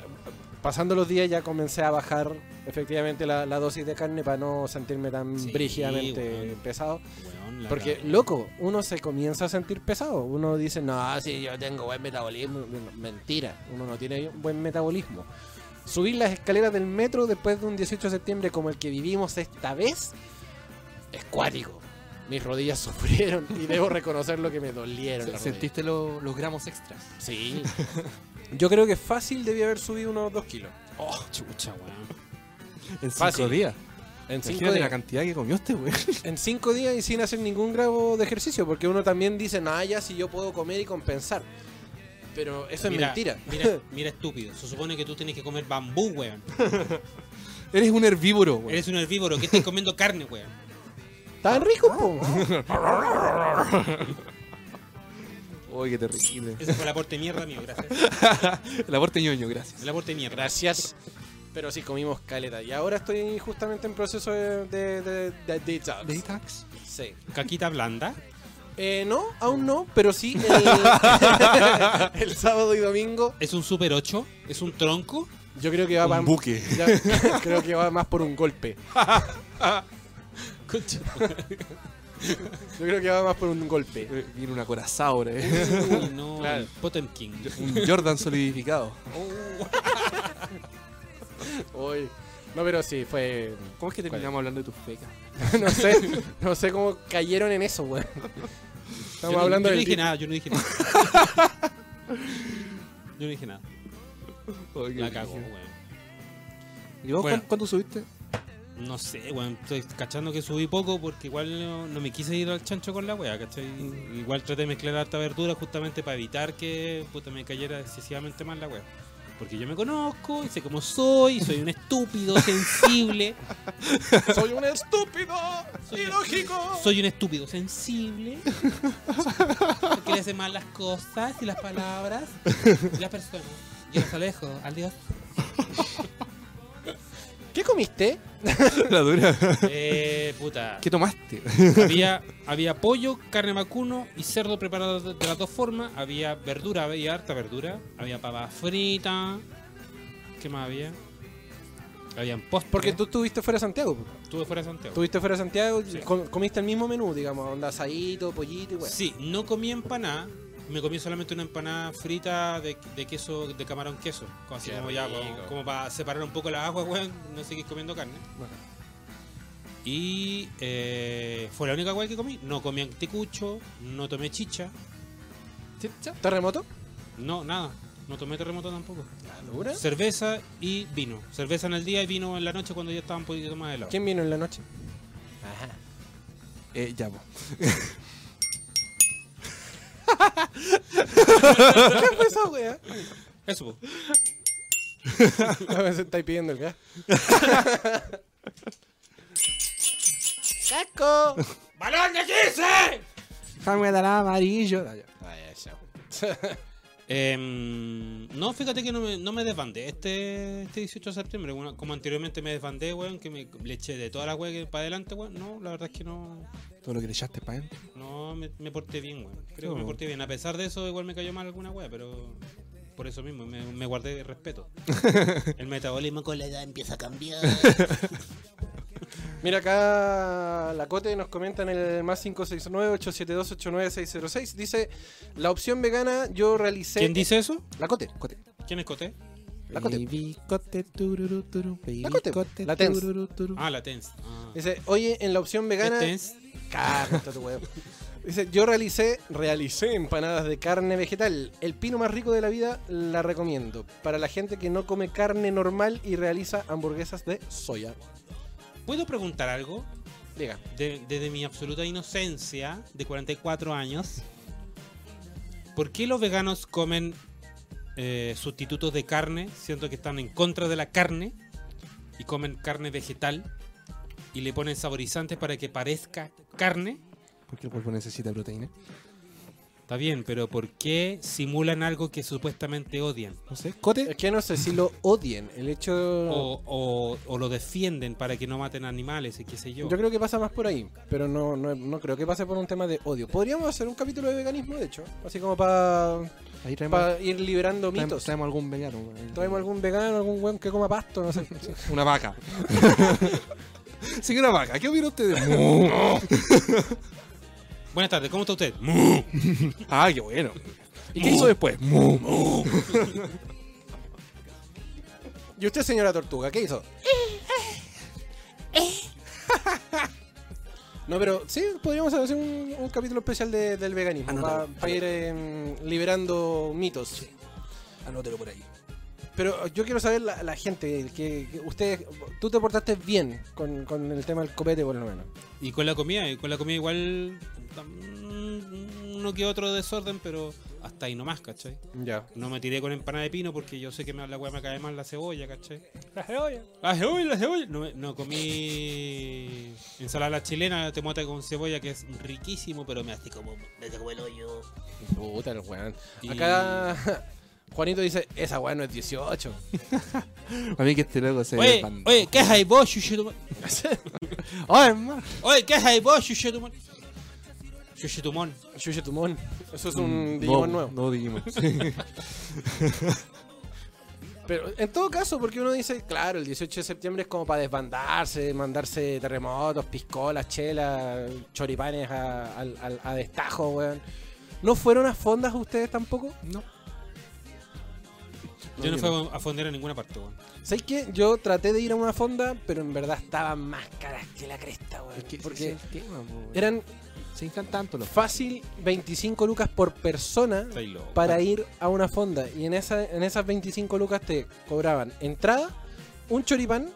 Speaker 2: pasando los días ya comencé a bajar efectivamente la, la dosis de carne para no sentirme tan
Speaker 3: Sí,
Speaker 2: brígidamente
Speaker 3: weón.
Speaker 2: pesado.
Speaker 3: Weón, la
Speaker 2: Porque,
Speaker 3: cagó.
Speaker 2: loco, uno se comienza a sentir pesado. Uno dice, no, si yo tengo buen metabolismo. Bueno, Mentira, uno no tiene buen metabolismo. Subir las escaleras del metro después de un 18 de septiembre como el que vivimos esta vez es cuático. Mis rodillas sufrieron y debo reconocer lo que me dolieron. las rodillas.
Speaker 1: Sentiste lo- los gramos extras.
Speaker 2: Sí. Yo creo que fácil debía haber subido unos 2 kilos.
Speaker 3: Oh, chucha, weón.
Speaker 1: En cinco
Speaker 2: Fácil.
Speaker 1: días.
Speaker 2: En 5
Speaker 1: Imagínate la
Speaker 2: días.
Speaker 1: cantidad que comió este güey.
Speaker 2: en cinco días y sin hacer ningún grado de ejercicio, porque uno también dice, nada, ya si yo puedo comer y compensar. Pero eso es
Speaker 3: Mira,
Speaker 2: mentira.
Speaker 3: Mira, mira, estúpido. Se supone que tú tienes que comer bambú, weón.
Speaker 1: Eres un herbívoro, güey.
Speaker 3: Eres un herbívoro que estás comiendo carne, weón.
Speaker 2: Tan rico, po.
Speaker 1: Uy, qué terrible.
Speaker 3: Ese fue el aporte de mierda mío, gracias.
Speaker 1: El aporte ñoño, gracias.
Speaker 3: El aporte de mierda.
Speaker 2: Gracias. Pero sí, comimos caleta. Y ahora estoy justamente en proceso de, de, de- de detox.
Speaker 1: Daytax.
Speaker 2: Sí.
Speaker 3: Caquita blanda.
Speaker 2: Eh, no, aún no, pero sí el, el sábado y domingo.
Speaker 3: Es un super 8. Es un tronco.
Speaker 2: Yo creo que va para...
Speaker 1: Un buque.
Speaker 2: ya- creo que va más por un golpe.
Speaker 3: Concha.
Speaker 2: Yo creo que va más por un golpe.
Speaker 1: Eh, Viene una corazaura, eh.
Speaker 3: Uy, no.
Speaker 2: Claro.
Speaker 3: el Potemkin.
Speaker 1: Un Jordan solidificado.
Speaker 2: Hoy. No, pero sí, fue.
Speaker 1: ¿Cómo es que terminamos hablando de tus pecas?
Speaker 2: No sé, no sé cómo cayeron en eso, weón.
Speaker 3: Yo
Speaker 2: Estamos
Speaker 3: no,
Speaker 2: hablando
Speaker 3: yo no
Speaker 2: del
Speaker 3: dije
Speaker 2: día-
Speaker 3: nada, yo no dije nada. yo no dije nada. La cago, weón.
Speaker 1: ¿Y vos
Speaker 3: Bueno.
Speaker 1: cuán- cuánto subiste?
Speaker 3: No sé, weón. Estoy cachando que subí poco porque igual no, no me quise ir al chancho con la weá, ¿cachai? Igual traté de mezclar harta verdura justamente para evitar que puta, me cayera excesivamente mal la weá. Porque yo me conozco y sé cómo soy, soy un estúpido, sensible.
Speaker 2: Soy un estúpido, ilógico.
Speaker 3: Soy un estúpido sensible que le hace mal las cosas y las palabras y las personas. Yo los alejo, adiós.
Speaker 2: ¿Qué comiste?
Speaker 1: La dura.
Speaker 3: Eh, puta.
Speaker 1: ¿Qué tomaste?
Speaker 3: Había, había pollo, carne vacuno y cerdo preparado de de las dos formas. Había verdura, había harta verdura. Había papa frita. ¿Qué más había? Habían postres.
Speaker 2: Porque tú estuviste fuera de Santiago. po.
Speaker 3: estuve fuera de Santiago.
Speaker 2: Estuviste fuera de Santiago,
Speaker 3: Sí.
Speaker 2: com- comiste el mismo menú, digamos, onda asadito, pollito y weón.
Speaker 3: Sí, no comí empanada. Me comí solamente una empanada frita de, de queso, de camarón queso. como Así
Speaker 2: Qué
Speaker 3: como ya,
Speaker 2: rico.
Speaker 3: como, para separar un poco las aguas, weón. No seguir comiendo carne. Y eh, fue la única weón que comí. No comí anticucho, no tomé chicha,
Speaker 2: ¿Terremoto?
Speaker 3: no, nada. No tomé terremoto tampoco.
Speaker 2: La dura.
Speaker 3: Cerveza y vino. Cerveza en el día y vino en la noche cuando ya estaban un poquito más helados.
Speaker 2: ¿Quién vino en la noche?
Speaker 1: Eh, ya, po.
Speaker 2: ¿Qué fue esa weá?
Speaker 3: Eso, po.
Speaker 2: A veces estáis pidiendo el gas. ¡Casco!
Speaker 3: ¡Balón de 15!
Speaker 1: Déjame dar amarillo. Ah, ya.
Speaker 3: Em, no, fíjate que no me, no me desbandé este, este 18 de septiembre. Bueno, como anteriormente me desbandé, weón, que me le eché de toda la weá que para adelante, weón. No, la verdad es que no.
Speaker 1: Todo lo que le echaste para él.
Speaker 3: No, me, me porté bien, weón. Creo
Speaker 1: No.
Speaker 3: que me porté bien. A pesar de eso, igual me cayó mal alguna weá, pero por eso mismo, me, me guardé el respeto. el metabolismo con la edad empieza a cambiar.
Speaker 2: Mira acá la Cote nos comenta en el más 569-872-89606. Dice, la opción vegana yo realicé...
Speaker 3: ¿Quién dice eso?
Speaker 2: La Cote, Cote.
Speaker 3: ¿Quién es Coté?
Speaker 2: La Cote.
Speaker 6: Baby cote, tururú, turú, baby
Speaker 2: La Cote,
Speaker 6: cote,
Speaker 2: la Tens.
Speaker 6: tururú, turú.
Speaker 3: Ah, la TENS. Ah.
Speaker 2: Dice, oye, en la opción vegana...
Speaker 3: ¿Qué TENS?
Speaker 2: Cago, está tu huevo. Dice, yo realicé, realicé empanadas de carne vegetal. El pino más rico de la vida la recomiendo. Para la gente que no come carne normal y realiza hamburguesas de soya.
Speaker 3: ¿Puedo preguntar algo?
Speaker 2: Diga.
Speaker 3: de- desde mi absoluta inocencia de 44 años, ¿por qué los veganos comen eh, sustitutos de carne, siento que están en contra de la carne, y comen carne vegetal, y le ponen saborizantes para que parezca carne?
Speaker 1: Porque el cuerpo necesita proteína.
Speaker 3: Está bien, pero ¿por qué simulan algo que supuestamente odian?
Speaker 1: No sé.
Speaker 2: Es
Speaker 1: Cote.
Speaker 2: que no sé si lo odien. El hecho...
Speaker 3: O, o- o lo defienden para que no maten animales y qué sé yo.
Speaker 2: Yo creo que pasa más por ahí, pero no, no, no creo que pase por un tema de odio. Podríamos hacer un capítulo de veganismo, de hecho, así como para
Speaker 1: Ahí traemos,
Speaker 2: ir liberando
Speaker 1: traemos-
Speaker 2: mitos.
Speaker 1: traemos algún vegano. weón.
Speaker 2: Traemos algún vegano, algún weón que coma pasto, no sé.
Speaker 1: Una vaca. sí, una vaca. ¿Qué opina usted? de-
Speaker 3: Buenas tardes, ¿cómo está usted?
Speaker 1: ah, qué bueno. ¿Y qué hizo después? Mu.
Speaker 2: ¿Y usted, señora Tortuga, qué hizo? No, pero sí, podríamos hacer un, un capítulo especial de- del veganismo para
Speaker 1: Anótalo.
Speaker 2: ir eh, liberando mitos.
Speaker 1: Anótelo por ahí.
Speaker 2: Pero ah, yo quiero saber la, la gente, que, que ustedes, tú te portaste bien con, con el tema del copete por lo menos.
Speaker 3: Y con la comida, y con la comida igual tam- uno que otro desorden, pero hasta ahí nomás, ¿cachai?
Speaker 2: Ya.
Speaker 3: No me tiré con empanada de pino porque yo sé que me, la weá me cae mal la cebolla, ¿cachai? La cebolla, la cebolla. No, me- no comí ensalada a la chilena, temota con cebolla, que es riquísimo, pero me hace como...
Speaker 5: Me sacó el hoyo.
Speaker 2: Puta el weón.
Speaker 3: Y-
Speaker 2: Acá Juanito dice, esa weá no es 18.
Speaker 1: A mí que este loco se
Speaker 3: Oye,
Speaker 1: desbandó.
Speaker 3: oye, ¿qué hay vos, chuchetumar?
Speaker 1: Oye, hermano.
Speaker 3: Oye, ¿qué hay vos, chuchetumar? Chuchetumón.
Speaker 2: Yuya Tumón. Eso es un
Speaker 1: Mm,
Speaker 2: Digimon
Speaker 1: no,
Speaker 2: nuevo.
Speaker 1: No, Digimon.
Speaker 2: Pero en todo caso, porque uno dice, claro, el 18 de septiembre es como para desbandarse, mandarse terremotos, piscolas, chelas, choripanes a, al- al- a destajo, weón. ¿No fueron a fondas ustedes tampoco?
Speaker 1: No.
Speaker 3: Yo no fui a fondear a ninguna parte, weón.
Speaker 2: ¿Sabéis qué? Yo traté de ir a una fonda, pero en verdad estaban más caras que la cresta, weón. porque eran
Speaker 1: Se inflan tanto los.
Speaker 2: fácil 25 lucas por persona
Speaker 3: Está ahí loco.
Speaker 2: para ir a una fonda. Y en, esa, en esas 25 lucas te cobraban entrada, un choripán,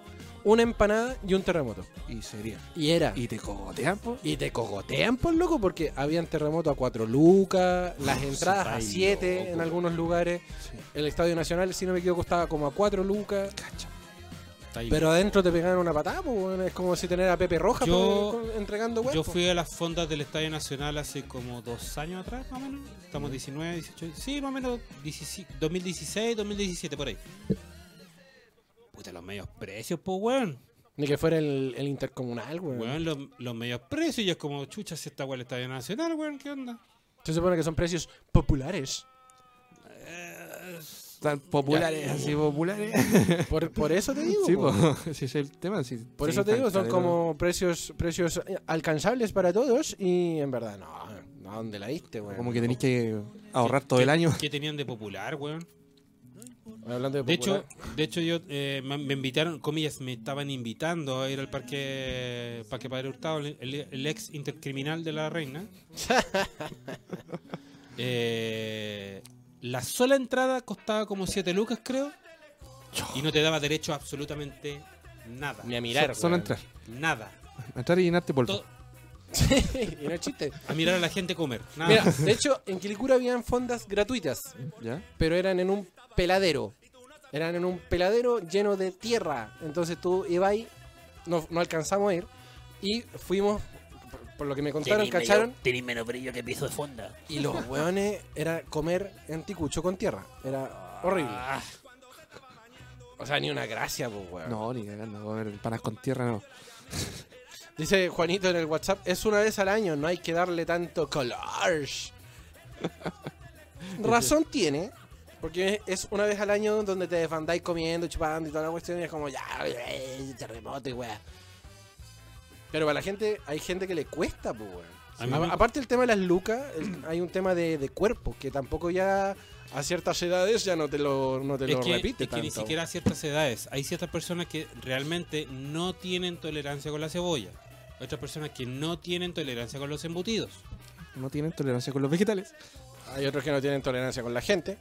Speaker 2: una empanada y un terremoto.
Speaker 1: Y sería.
Speaker 2: Y era. Y,
Speaker 1: Y te cogotean, po.
Speaker 2: te cogotean, por loco, porque habían terremoto a 4 lucas, las entradas a 7 en algunos lugares.
Speaker 1: Sí.
Speaker 2: El Estadio Nacional, si no me equivoco, estaba como a 4 lucas.
Speaker 3: Está ahí
Speaker 2: Pero adentro te pegaban una patada, pues, bueno, es como si tener a Pepe Roja
Speaker 3: Yo-
Speaker 2: pues, con- entregando
Speaker 3: Yo
Speaker 2: huevos.
Speaker 3: fui a las fondas del Estadio Nacional hace como dos años atrás, más o menos. Estamos 19, 18. Sí, más o menos 17 2016, 2017, por ahí. Puta, los medios precios, pues, weón.
Speaker 2: Ni que fuera el, el intercomunal, weón.
Speaker 3: Weón, los, los medios precios. Y es como, chucha, si esta weón el Estadio Nacional, weón, ¿qué onda?
Speaker 2: Se supone que son precios populares.
Speaker 1: Tan populares, así populares.
Speaker 2: Por, por eso te digo. pues.
Speaker 1: Sí,
Speaker 2: po.
Speaker 1: po. Ese es el tema. sí.
Speaker 2: Por
Speaker 1: Se
Speaker 2: eso te
Speaker 1: inflan
Speaker 2: digo, son
Speaker 1: caleta.
Speaker 2: como precios precios alcanzables para todos y en verdad no, no, ¿a dónde la diste, weón?
Speaker 1: Como que tenéis que ahorrar
Speaker 3: ¿Qué-
Speaker 1: todo
Speaker 3: qué-
Speaker 1: el año.
Speaker 3: ¿Qué tenían de popular, weón?
Speaker 2: Hablando de,
Speaker 3: De hecho,
Speaker 2: popular.
Speaker 3: de hecho yo eh, me, me invitaron, comillas, me estaban invitando a ir al parque, parque Padre Hurtado, el, el- el ex intercriminal de la reina. Eh, la sola entrada costaba como 7 lucas, creo. Y no te daba derecho a absolutamente nada.
Speaker 2: Ni a mirar,
Speaker 1: Solo
Speaker 2: weón.
Speaker 1: entrar.
Speaker 3: Nada.
Speaker 1: Entrar y llenarte polvo.
Speaker 3: To-
Speaker 2: y no es chiste.
Speaker 3: a mirar a la gente comer. Nada.
Speaker 2: Mira, de hecho, en Quilicura habían fondas gratuitas,
Speaker 1: ¿Ya?
Speaker 2: pero eran en un peladero. Eran en un peladero lleno de tierra. Entonces tú ibas ahí, no, no alcanzamos a ir y fuimos por lo que me contaron, cacharon.
Speaker 5: Tenéis menos brillo que piso de fonda.
Speaker 2: Y los hueones era comer anticucho con tierra. Era horrible.
Speaker 5: Ah,
Speaker 2: O sea, ni una gracia, pues, weón.
Speaker 1: No, ni cagando, comer panas con tierra no.
Speaker 2: Dice Juanito en el WhatsApp, es una vez al año, no hay que darle tanto color. Razón tiene, porque es una vez al año donde te desbandáis comiendo, chupando y toda la cuestión, y es como, ya, eh, terremoto y weá. Pero para la gente, hay gente que le cuesta, pues, weón.
Speaker 3: A mí
Speaker 2: A-
Speaker 3: me-
Speaker 2: Aparte el tema de las lucas, el- hay un tema de, de cuerpo, que tampoco ya a ciertas edades ya no te lo, no te
Speaker 3: es
Speaker 2: lo
Speaker 3: que,
Speaker 2: repite
Speaker 3: es que ni
Speaker 2: tanto.
Speaker 3: siquiera a ciertas edades. Hay ciertas personas que realmente no tienen tolerancia con la cebolla. Otras personas que no tienen tolerancia con los embutidos.
Speaker 1: No tienen tolerancia con los vegetales.
Speaker 2: Hay otros que no tienen tolerancia con la gente.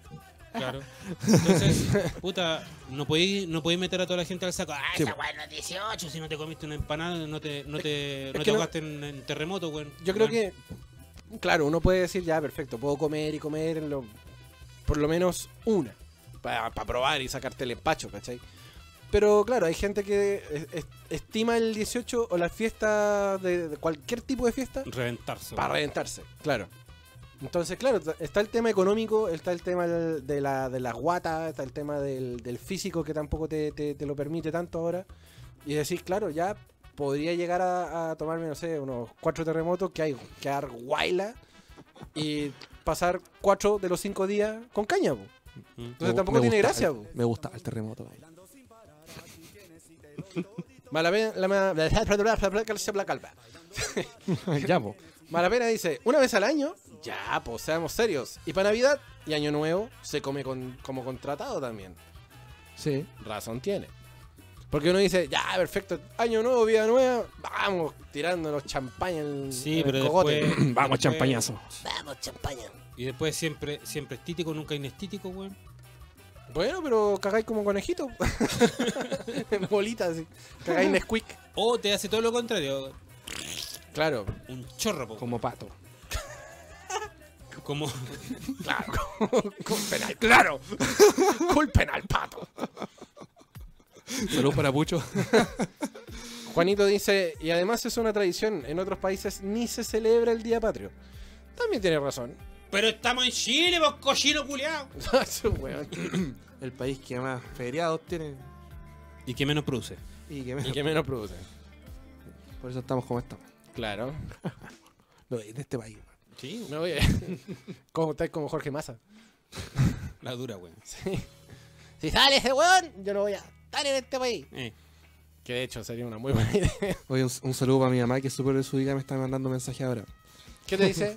Speaker 3: Claro. Entonces, puta, no podéis no podéis meter a toda la gente al saco. ¡Ah,
Speaker 1: Sí,
Speaker 3: esa weá no es 18! Si no te comiste una empanada, no te, no te,
Speaker 2: es
Speaker 3: no
Speaker 2: que
Speaker 3: te
Speaker 2: no-
Speaker 3: ahogaste en, en terremoto, weón.
Speaker 2: Yo creo
Speaker 3: Weón.
Speaker 2: que, claro, uno puede decir, ya, perfecto, puedo comer y comer en lo- por lo menos una, para probar y sacarte el empacho, ¿cachai? Pero claro, hay gente que es- es- estima el 18 o las fiestas de, de cualquier tipo de fiesta
Speaker 3: Reventarse.
Speaker 2: para
Speaker 3: weón.
Speaker 2: reventarse, claro. Entonces, claro, ta- está el tema económico, está el tema del- de la, de la guata, está el tema del, del físico que tampoco te, te- te lo permite tanto ahora. Y decís, claro, ya podría llegar a, a tomarme, no sé, unos cuatro terremotos que hay que dar guaila y pasar cuatro de los cinco días con caña, po.
Speaker 3: Mm.
Speaker 2: Entonces tampoco tiene gracia, po.
Speaker 1: Me gustaba el terremoto. güey.
Speaker 2: Mala pena, la, la, calva.
Speaker 1: ya, po.
Speaker 2: Malapena dice, una vez al año, ya, pues seamos serios. Y para Navidad y Año Nuevo se come con- como contratado también.
Speaker 1: Sí.
Speaker 2: Razón tiene. Porque uno dice, ya, perfecto, Año Nuevo, vida nueva, vamos tirándonos champaña en, en
Speaker 3: Sí,
Speaker 2: el
Speaker 3: pero
Speaker 2: cogote.
Speaker 3: después,
Speaker 1: Vamos,
Speaker 3: después-
Speaker 1: champañazo.
Speaker 5: Vamos, champaña.
Speaker 3: Y después siempre, siempre estítico, nunca inestítico, weón.
Speaker 2: Bueno, pero cagáis como conejito. en bolitas, así. Cagáis en squeak.
Speaker 3: O Oh, te hace todo lo contrario,
Speaker 2: Claro,
Speaker 3: un chorro, po.
Speaker 1: Como pato.
Speaker 3: como
Speaker 2: claro. Culpen al, claro. Culpen al pato.
Speaker 1: Salud para Pucho.
Speaker 2: Juanito dice, y además es una tradición, en otros países ni se celebra el Día Patrio. También tiene razón.
Speaker 3: Pero estamos en Chile, vos cochino culiao.
Speaker 2: Ese weón.
Speaker 1: El país que más feriados tiene.
Speaker 3: ¿Y qué menos produce?
Speaker 1: Y que menos.
Speaker 2: y que menos produce.
Speaker 1: Por eso estamos como estamos.
Speaker 2: Claro.
Speaker 1: Lo de de este país. güey.
Speaker 3: Sí,
Speaker 2: No, oye. Como estáis como Jorge Massa.
Speaker 3: la dura, weón.
Speaker 2: Si sale ese weón, yo no voy a estar en este país.
Speaker 3: Eh,
Speaker 2: Que de hecho sería una muy buena idea.
Speaker 1: Oye, un, un saludo para mi mamá que es súper desubicada me está mandando mensaje ahora.
Speaker 2: ¿Qué te dice?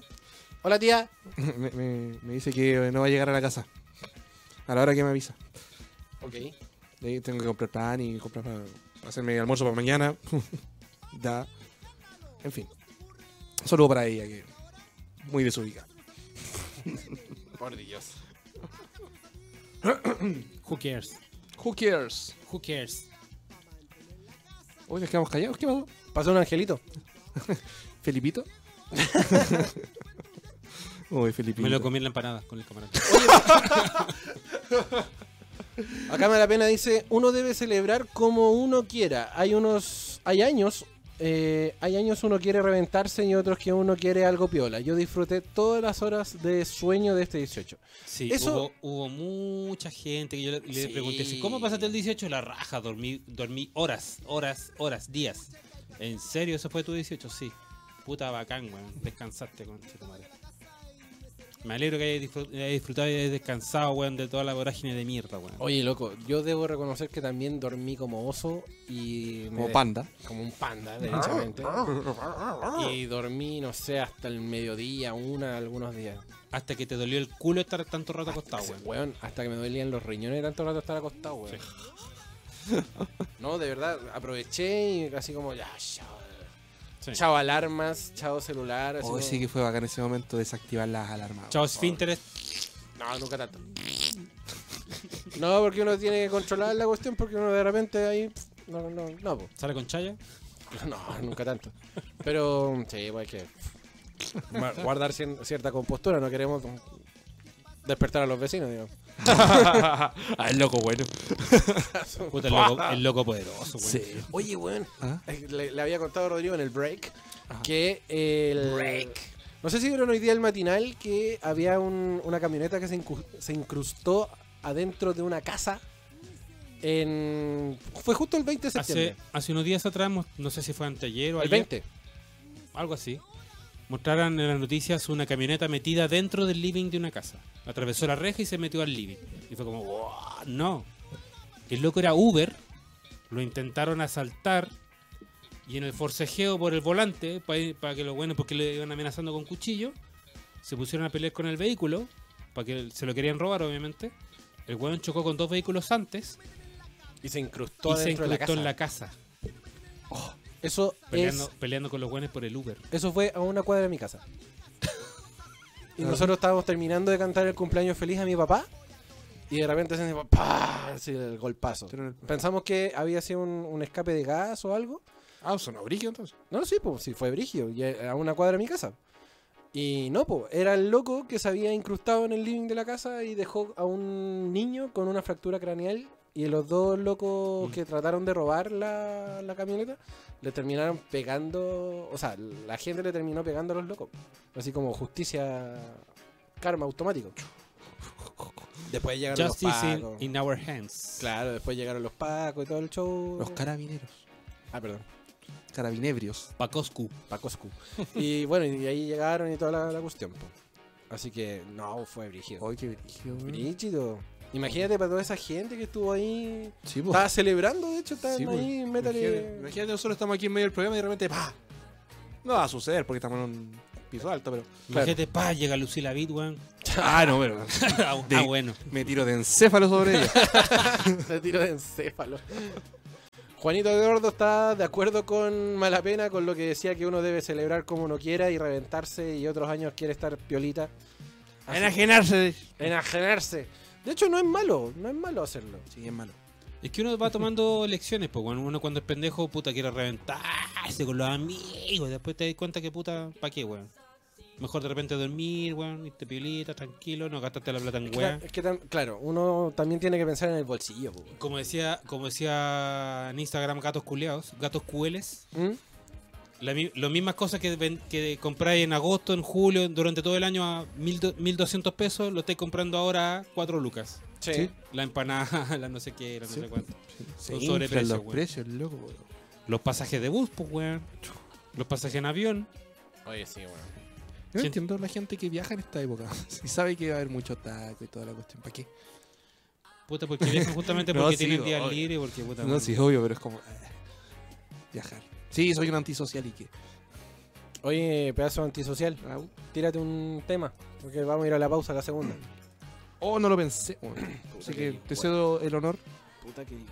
Speaker 2: Hola tía.
Speaker 1: me, me- me dice que eh, no va a llegar a la casa. A la hora que me avisa.
Speaker 2: Ok.
Speaker 1: De ahí tengo que comprar pan y comprar para hacerme almuerzo para mañana. da. En fin. Un saludo para ella que muy desubicada.
Speaker 2: Por Dios.
Speaker 3: who cares?
Speaker 1: Who cares?
Speaker 3: Who cares?
Speaker 1: Hoy nos quedamos callados. ¿Qué pasó?
Speaker 2: Pasó un angelito.
Speaker 1: ¿Felipito? Uy, Felipito.
Speaker 3: Me lo comí en la empanada con el camarón.
Speaker 2: Acá me da pena dice, uno debe celebrar como uno quiera. Hay unos, hay años, eh, hay años uno quiere reventarse y otros que uno quiere algo piola. Yo disfruté todas las horas de sueño de este 18.
Speaker 3: Sí,
Speaker 2: Eso-
Speaker 3: hubo, hubo mucha gente que yo le, le
Speaker 2: Sí.
Speaker 3: pregunté, así, ¿cómo pasaste el 18? La raja, dormí, dormí horas, horas, horas, días. ¿En serio eso fue tu 18? Sí. Puta bacán, weón. Descansaste con tu madre. Me alegro que hayas disfrut- hayas disfrutado y hayas descansado, weón, de toda la vorágine de mierda, weón.
Speaker 2: Oye, loco, yo debo reconocer que también dormí como oso y... me
Speaker 1: Como
Speaker 2: de-
Speaker 1: panda.
Speaker 2: Como un panda, derechamente. y dormí, no sé, hasta el mediodía, una, algunos días.
Speaker 3: Hasta que te dolió el culo estar tanto rato acostado, weón.
Speaker 2: Ah, Weón, hasta que me dolían los riñones de tanto rato estar acostado, weón. no, de verdad, aproveché y así como, ya, chao.
Speaker 3: Sí.
Speaker 2: Chao alarmas, chao celular. así
Speaker 1: Hoy
Speaker 2: como-
Speaker 1: sí que fue bacán ese momento desactivar las alarmas.
Speaker 3: Chao, Sfinteres.
Speaker 2: No, nunca tanto. no, porque uno tiene que controlar la cuestión porque uno de repente ahí... pf, No, no, no, po.
Speaker 3: ¿Sale con chaya?
Speaker 2: no, nunca tanto. Pero sí, pues, hay que guar- guardar cien- cierta compostura, no queremos despertar a los vecinos, digamos.
Speaker 1: Ah, el loco bueno.
Speaker 3: Puta, el loco, el loco poderoso, weón.
Speaker 1: Sí.
Speaker 2: Oye, weón.
Speaker 1: Ah.
Speaker 2: eh, Le, le había contado a Rodrigo en el break que el... No sé si vieron hoy día el matinal que había un- una camioneta que se, incu- se incrustó adentro de una casa en... Fue justo el 20 de
Speaker 3: Hace,
Speaker 2: septiembre.
Speaker 3: hace unos días atrás, mos- no sé si fue anteayer o
Speaker 2: El
Speaker 3: ayer,
Speaker 2: 20.
Speaker 3: algo así, mostraron en las noticias una camioneta metida dentro del living de una casa. Atravesó la reja y se metió al living. Y fue como, "Wow, no. El loco era Uber, lo intentaron asaltar y en el forcejeo por el volante, para que lo bueno, porque le iban amenazando con cuchillo, se pusieron a pelear con el vehículo, para que se lo querían robar, obviamente. El weón chocó con dos vehículos antes
Speaker 2: Y se incrustó
Speaker 3: y se
Speaker 2: adentro de la
Speaker 3: incrustó
Speaker 2: casa.
Speaker 3: en la casa,
Speaker 2: Eso
Speaker 3: peleando,
Speaker 2: es...
Speaker 3: peleando con los weones por el Uber.
Speaker 2: Eso fue a una cuadra de mi casa. Y nosotros estábamos terminando de cantar el cumpleaños feliz a mi papá. Y de repente se dice, ¡pah! Así el golpazo.
Speaker 1: Pero el-
Speaker 2: Pensamos que había sido un, un escape de gas o algo.
Speaker 1: Ah, son abrigio entonces.
Speaker 2: No, sí, pues sí, fue brigio. Y a a una cuadra de mi casa. Y no, pues era el loco que se había incrustado en el living de la casa y dejó a un niño con una fractura craneal. Y los dos locos que trataron de robar la, la camioneta le terminaron pegando. O sea, la gente le terminó pegando a los locos. Así como justicia, karma automático. Después llegaron
Speaker 3: Justice
Speaker 2: los
Speaker 3: in,
Speaker 2: pacos.
Speaker 3: in our hands.
Speaker 2: Claro, después llegaron los pacos y todo el show.
Speaker 1: Los carabineros.
Speaker 2: ah, perdón.
Speaker 1: Carabinebrios.
Speaker 3: Pacoscu.
Speaker 2: Pacoscu. y bueno, y ahí llegaron y toda la, la cuestión. po. Así que no, fue brígido.
Speaker 1: Oye, qué brígido, weón.
Speaker 2: Brígido. Imagínate para toda esa gente que estuvo ahí.
Speaker 1: Sí, pues. po.
Speaker 2: Estaba celebrando, de hecho, estaban
Speaker 1: Sí, po.
Speaker 2: ahí en Metal
Speaker 1: Imagínate, imagínate, nosotros estamos aquí en medio del programa y de repente ¡pa! No va a suceder porque estamos en un piso alto, pero.
Speaker 3: Imagínate, pa, llega Lucila Bitwan.
Speaker 1: Ah, no, pero.
Speaker 3: ah,
Speaker 1: De-
Speaker 3: bueno.
Speaker 1: Me tiro de encéfalo sobre ella.
Speaker 2: Se tiró de encéfalo. Juanito de Ordo está de acuerdo con Malapena, con lo que decía que uno debe celebrar como uno quiera y reventarse y otros años quiere estar piolita. Así-
Speaker 4: Enajenarse.
Speaker 2: enajenarse. De hecho, no es malo, no es malo hacerlo.
Speaker 1: Sí, es malo.
Speaker 3: Es que uno va tomando lecciones, pues, bueno, uno cuando es pendejo, puta, quiere reventarse con los amigos. Después te das cuenta que, puta, ¿pa' qué, weón? Mejor de repente dormir, weón, irte piolita, tranquilo, no gastaste la plata en
Speaker 2: Cla-
Speaker 3: weón.
Speaker 2: es que tam- claro, uno también tiene que pensar en el bolsillo. po.
Speaker 3: Como decía, como decía en Instagram, gatos culeados, gatos cueles.
Speaker 2: ¿Mm?
Speaker 3: La mi- las mismas cosas que, ven- que compráis en agosto, en julio, durante todo el año a mil do- 1200 pesos, lo estáis comprando ahora a 4 lucas.
Speaker 2: Sí.
Speaker 3: La empanada, la no sé qué, la no sé cuánto.
Speaker 1: Se
Speaker 3: Son
Speaker 1: inflan
Speaker 3: sobreprecios,
Speaker 1: los
Speaker 3: weón.
Speaker 1: precios, loco. weón.
Speaker 3: Los pasajes de bus, pues, weón. Los pasajes en avión.
Speaker 2: Oye, sí, bueno.
Speaker 1: Yo no
Speaker 3: Sí.
Speaker 1: entiendo la gente que viaja en esta época y sabe que va a haber mucho taco y toda la cuestión. ¿Para qué?
Speaker 3: Puta, porque viajan justamente
Speaker 1: No,
Speaker 3: porque
Speaker 1: sí,
Speaker 3: tienen días
Speaker 1: obvio.
Speaker 3: libres, porque puta.
Speaker 1: No,
Speaker 3: weón.
Speaker 1: sí, es obvio, pero es como. eh, viajar. Sí, soy un antisocial y que.
Speaker 2: Oye, pedazo antisocial,
Speaker 1: Au.
Speaker 2: tírate un tema, porque vamos a ir a la pausa la segunda.
Speaker 1: Oh, no lo pensé. Bueno, así que te cedo el honor.
Speaker 2: Puta que dijo.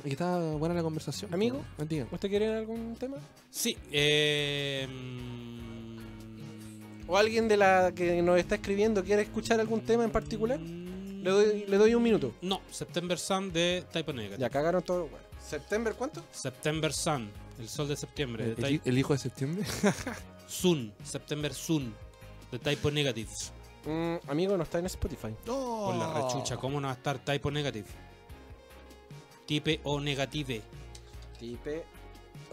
Speaker 1: Y que estaba buena la conversación.
Speaker 2: Amigo.
Speaker 1: pues, digan.
Speaker 2: ¿Usted quiere algún tema?
Speaker 3: Sí, em, eh. mm,
Speaker 2: ¿O alguien de la que nos está escribiendo quiere escuchar algún tema en particular?
Speaker 3: mm,
Speaker 2: Le doy, le doy un minuto.
Speaker 3: No, September Sun de Type O Negative.
Speaker 2: Ya cagaron todo. Bueno. ¿September cuánto?
Speaker 3: September Sun, el sol de septiembre. de
Speaker 2: Eh,
Speaker 1: El,
Speaker 3: Type-
Speaker 1: el hijo de septiembre.
Speaker 3: Sun, September Sun de Type O Negative.
Speaker 2: Mm, amigo, no está en Spotify.
Speaker 1: No.
Speaker 3: Por la
Speaker 2: Oh.
Speaker 3: rechucha, ¿cómo no va a estar Type O Negative? Type O Negative.
Speaker 2: Tipe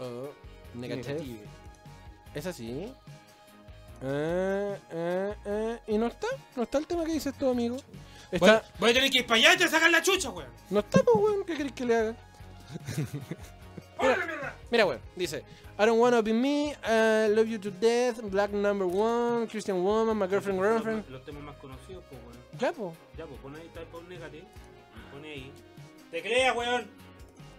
Speaker 2: eh, o negative. ¿Es así? Eh, eh, eh, ¿Y no está? ¿No está el tema que dices tú, amigo?
Speaker 3: Voy,
Speaker 2: Está,
Speaker 3: voy a tener que ir para allá y te sacan la chucha, weón.
Speaker 2: No está, pues, weón. ¿Qué querés que le haga? mira, mira, weón. Dice: I don't wanna be me. I love you to death. Black number one. Christian woman. My girlfriend, girlfriend.
Speaker 3: Los temas más conocidos, pues, weón.
Speaker 2: Ya, po.
Speaker 3: Ya, pues pon ahí Type O Negative. Pone ahí. Teclea, weón.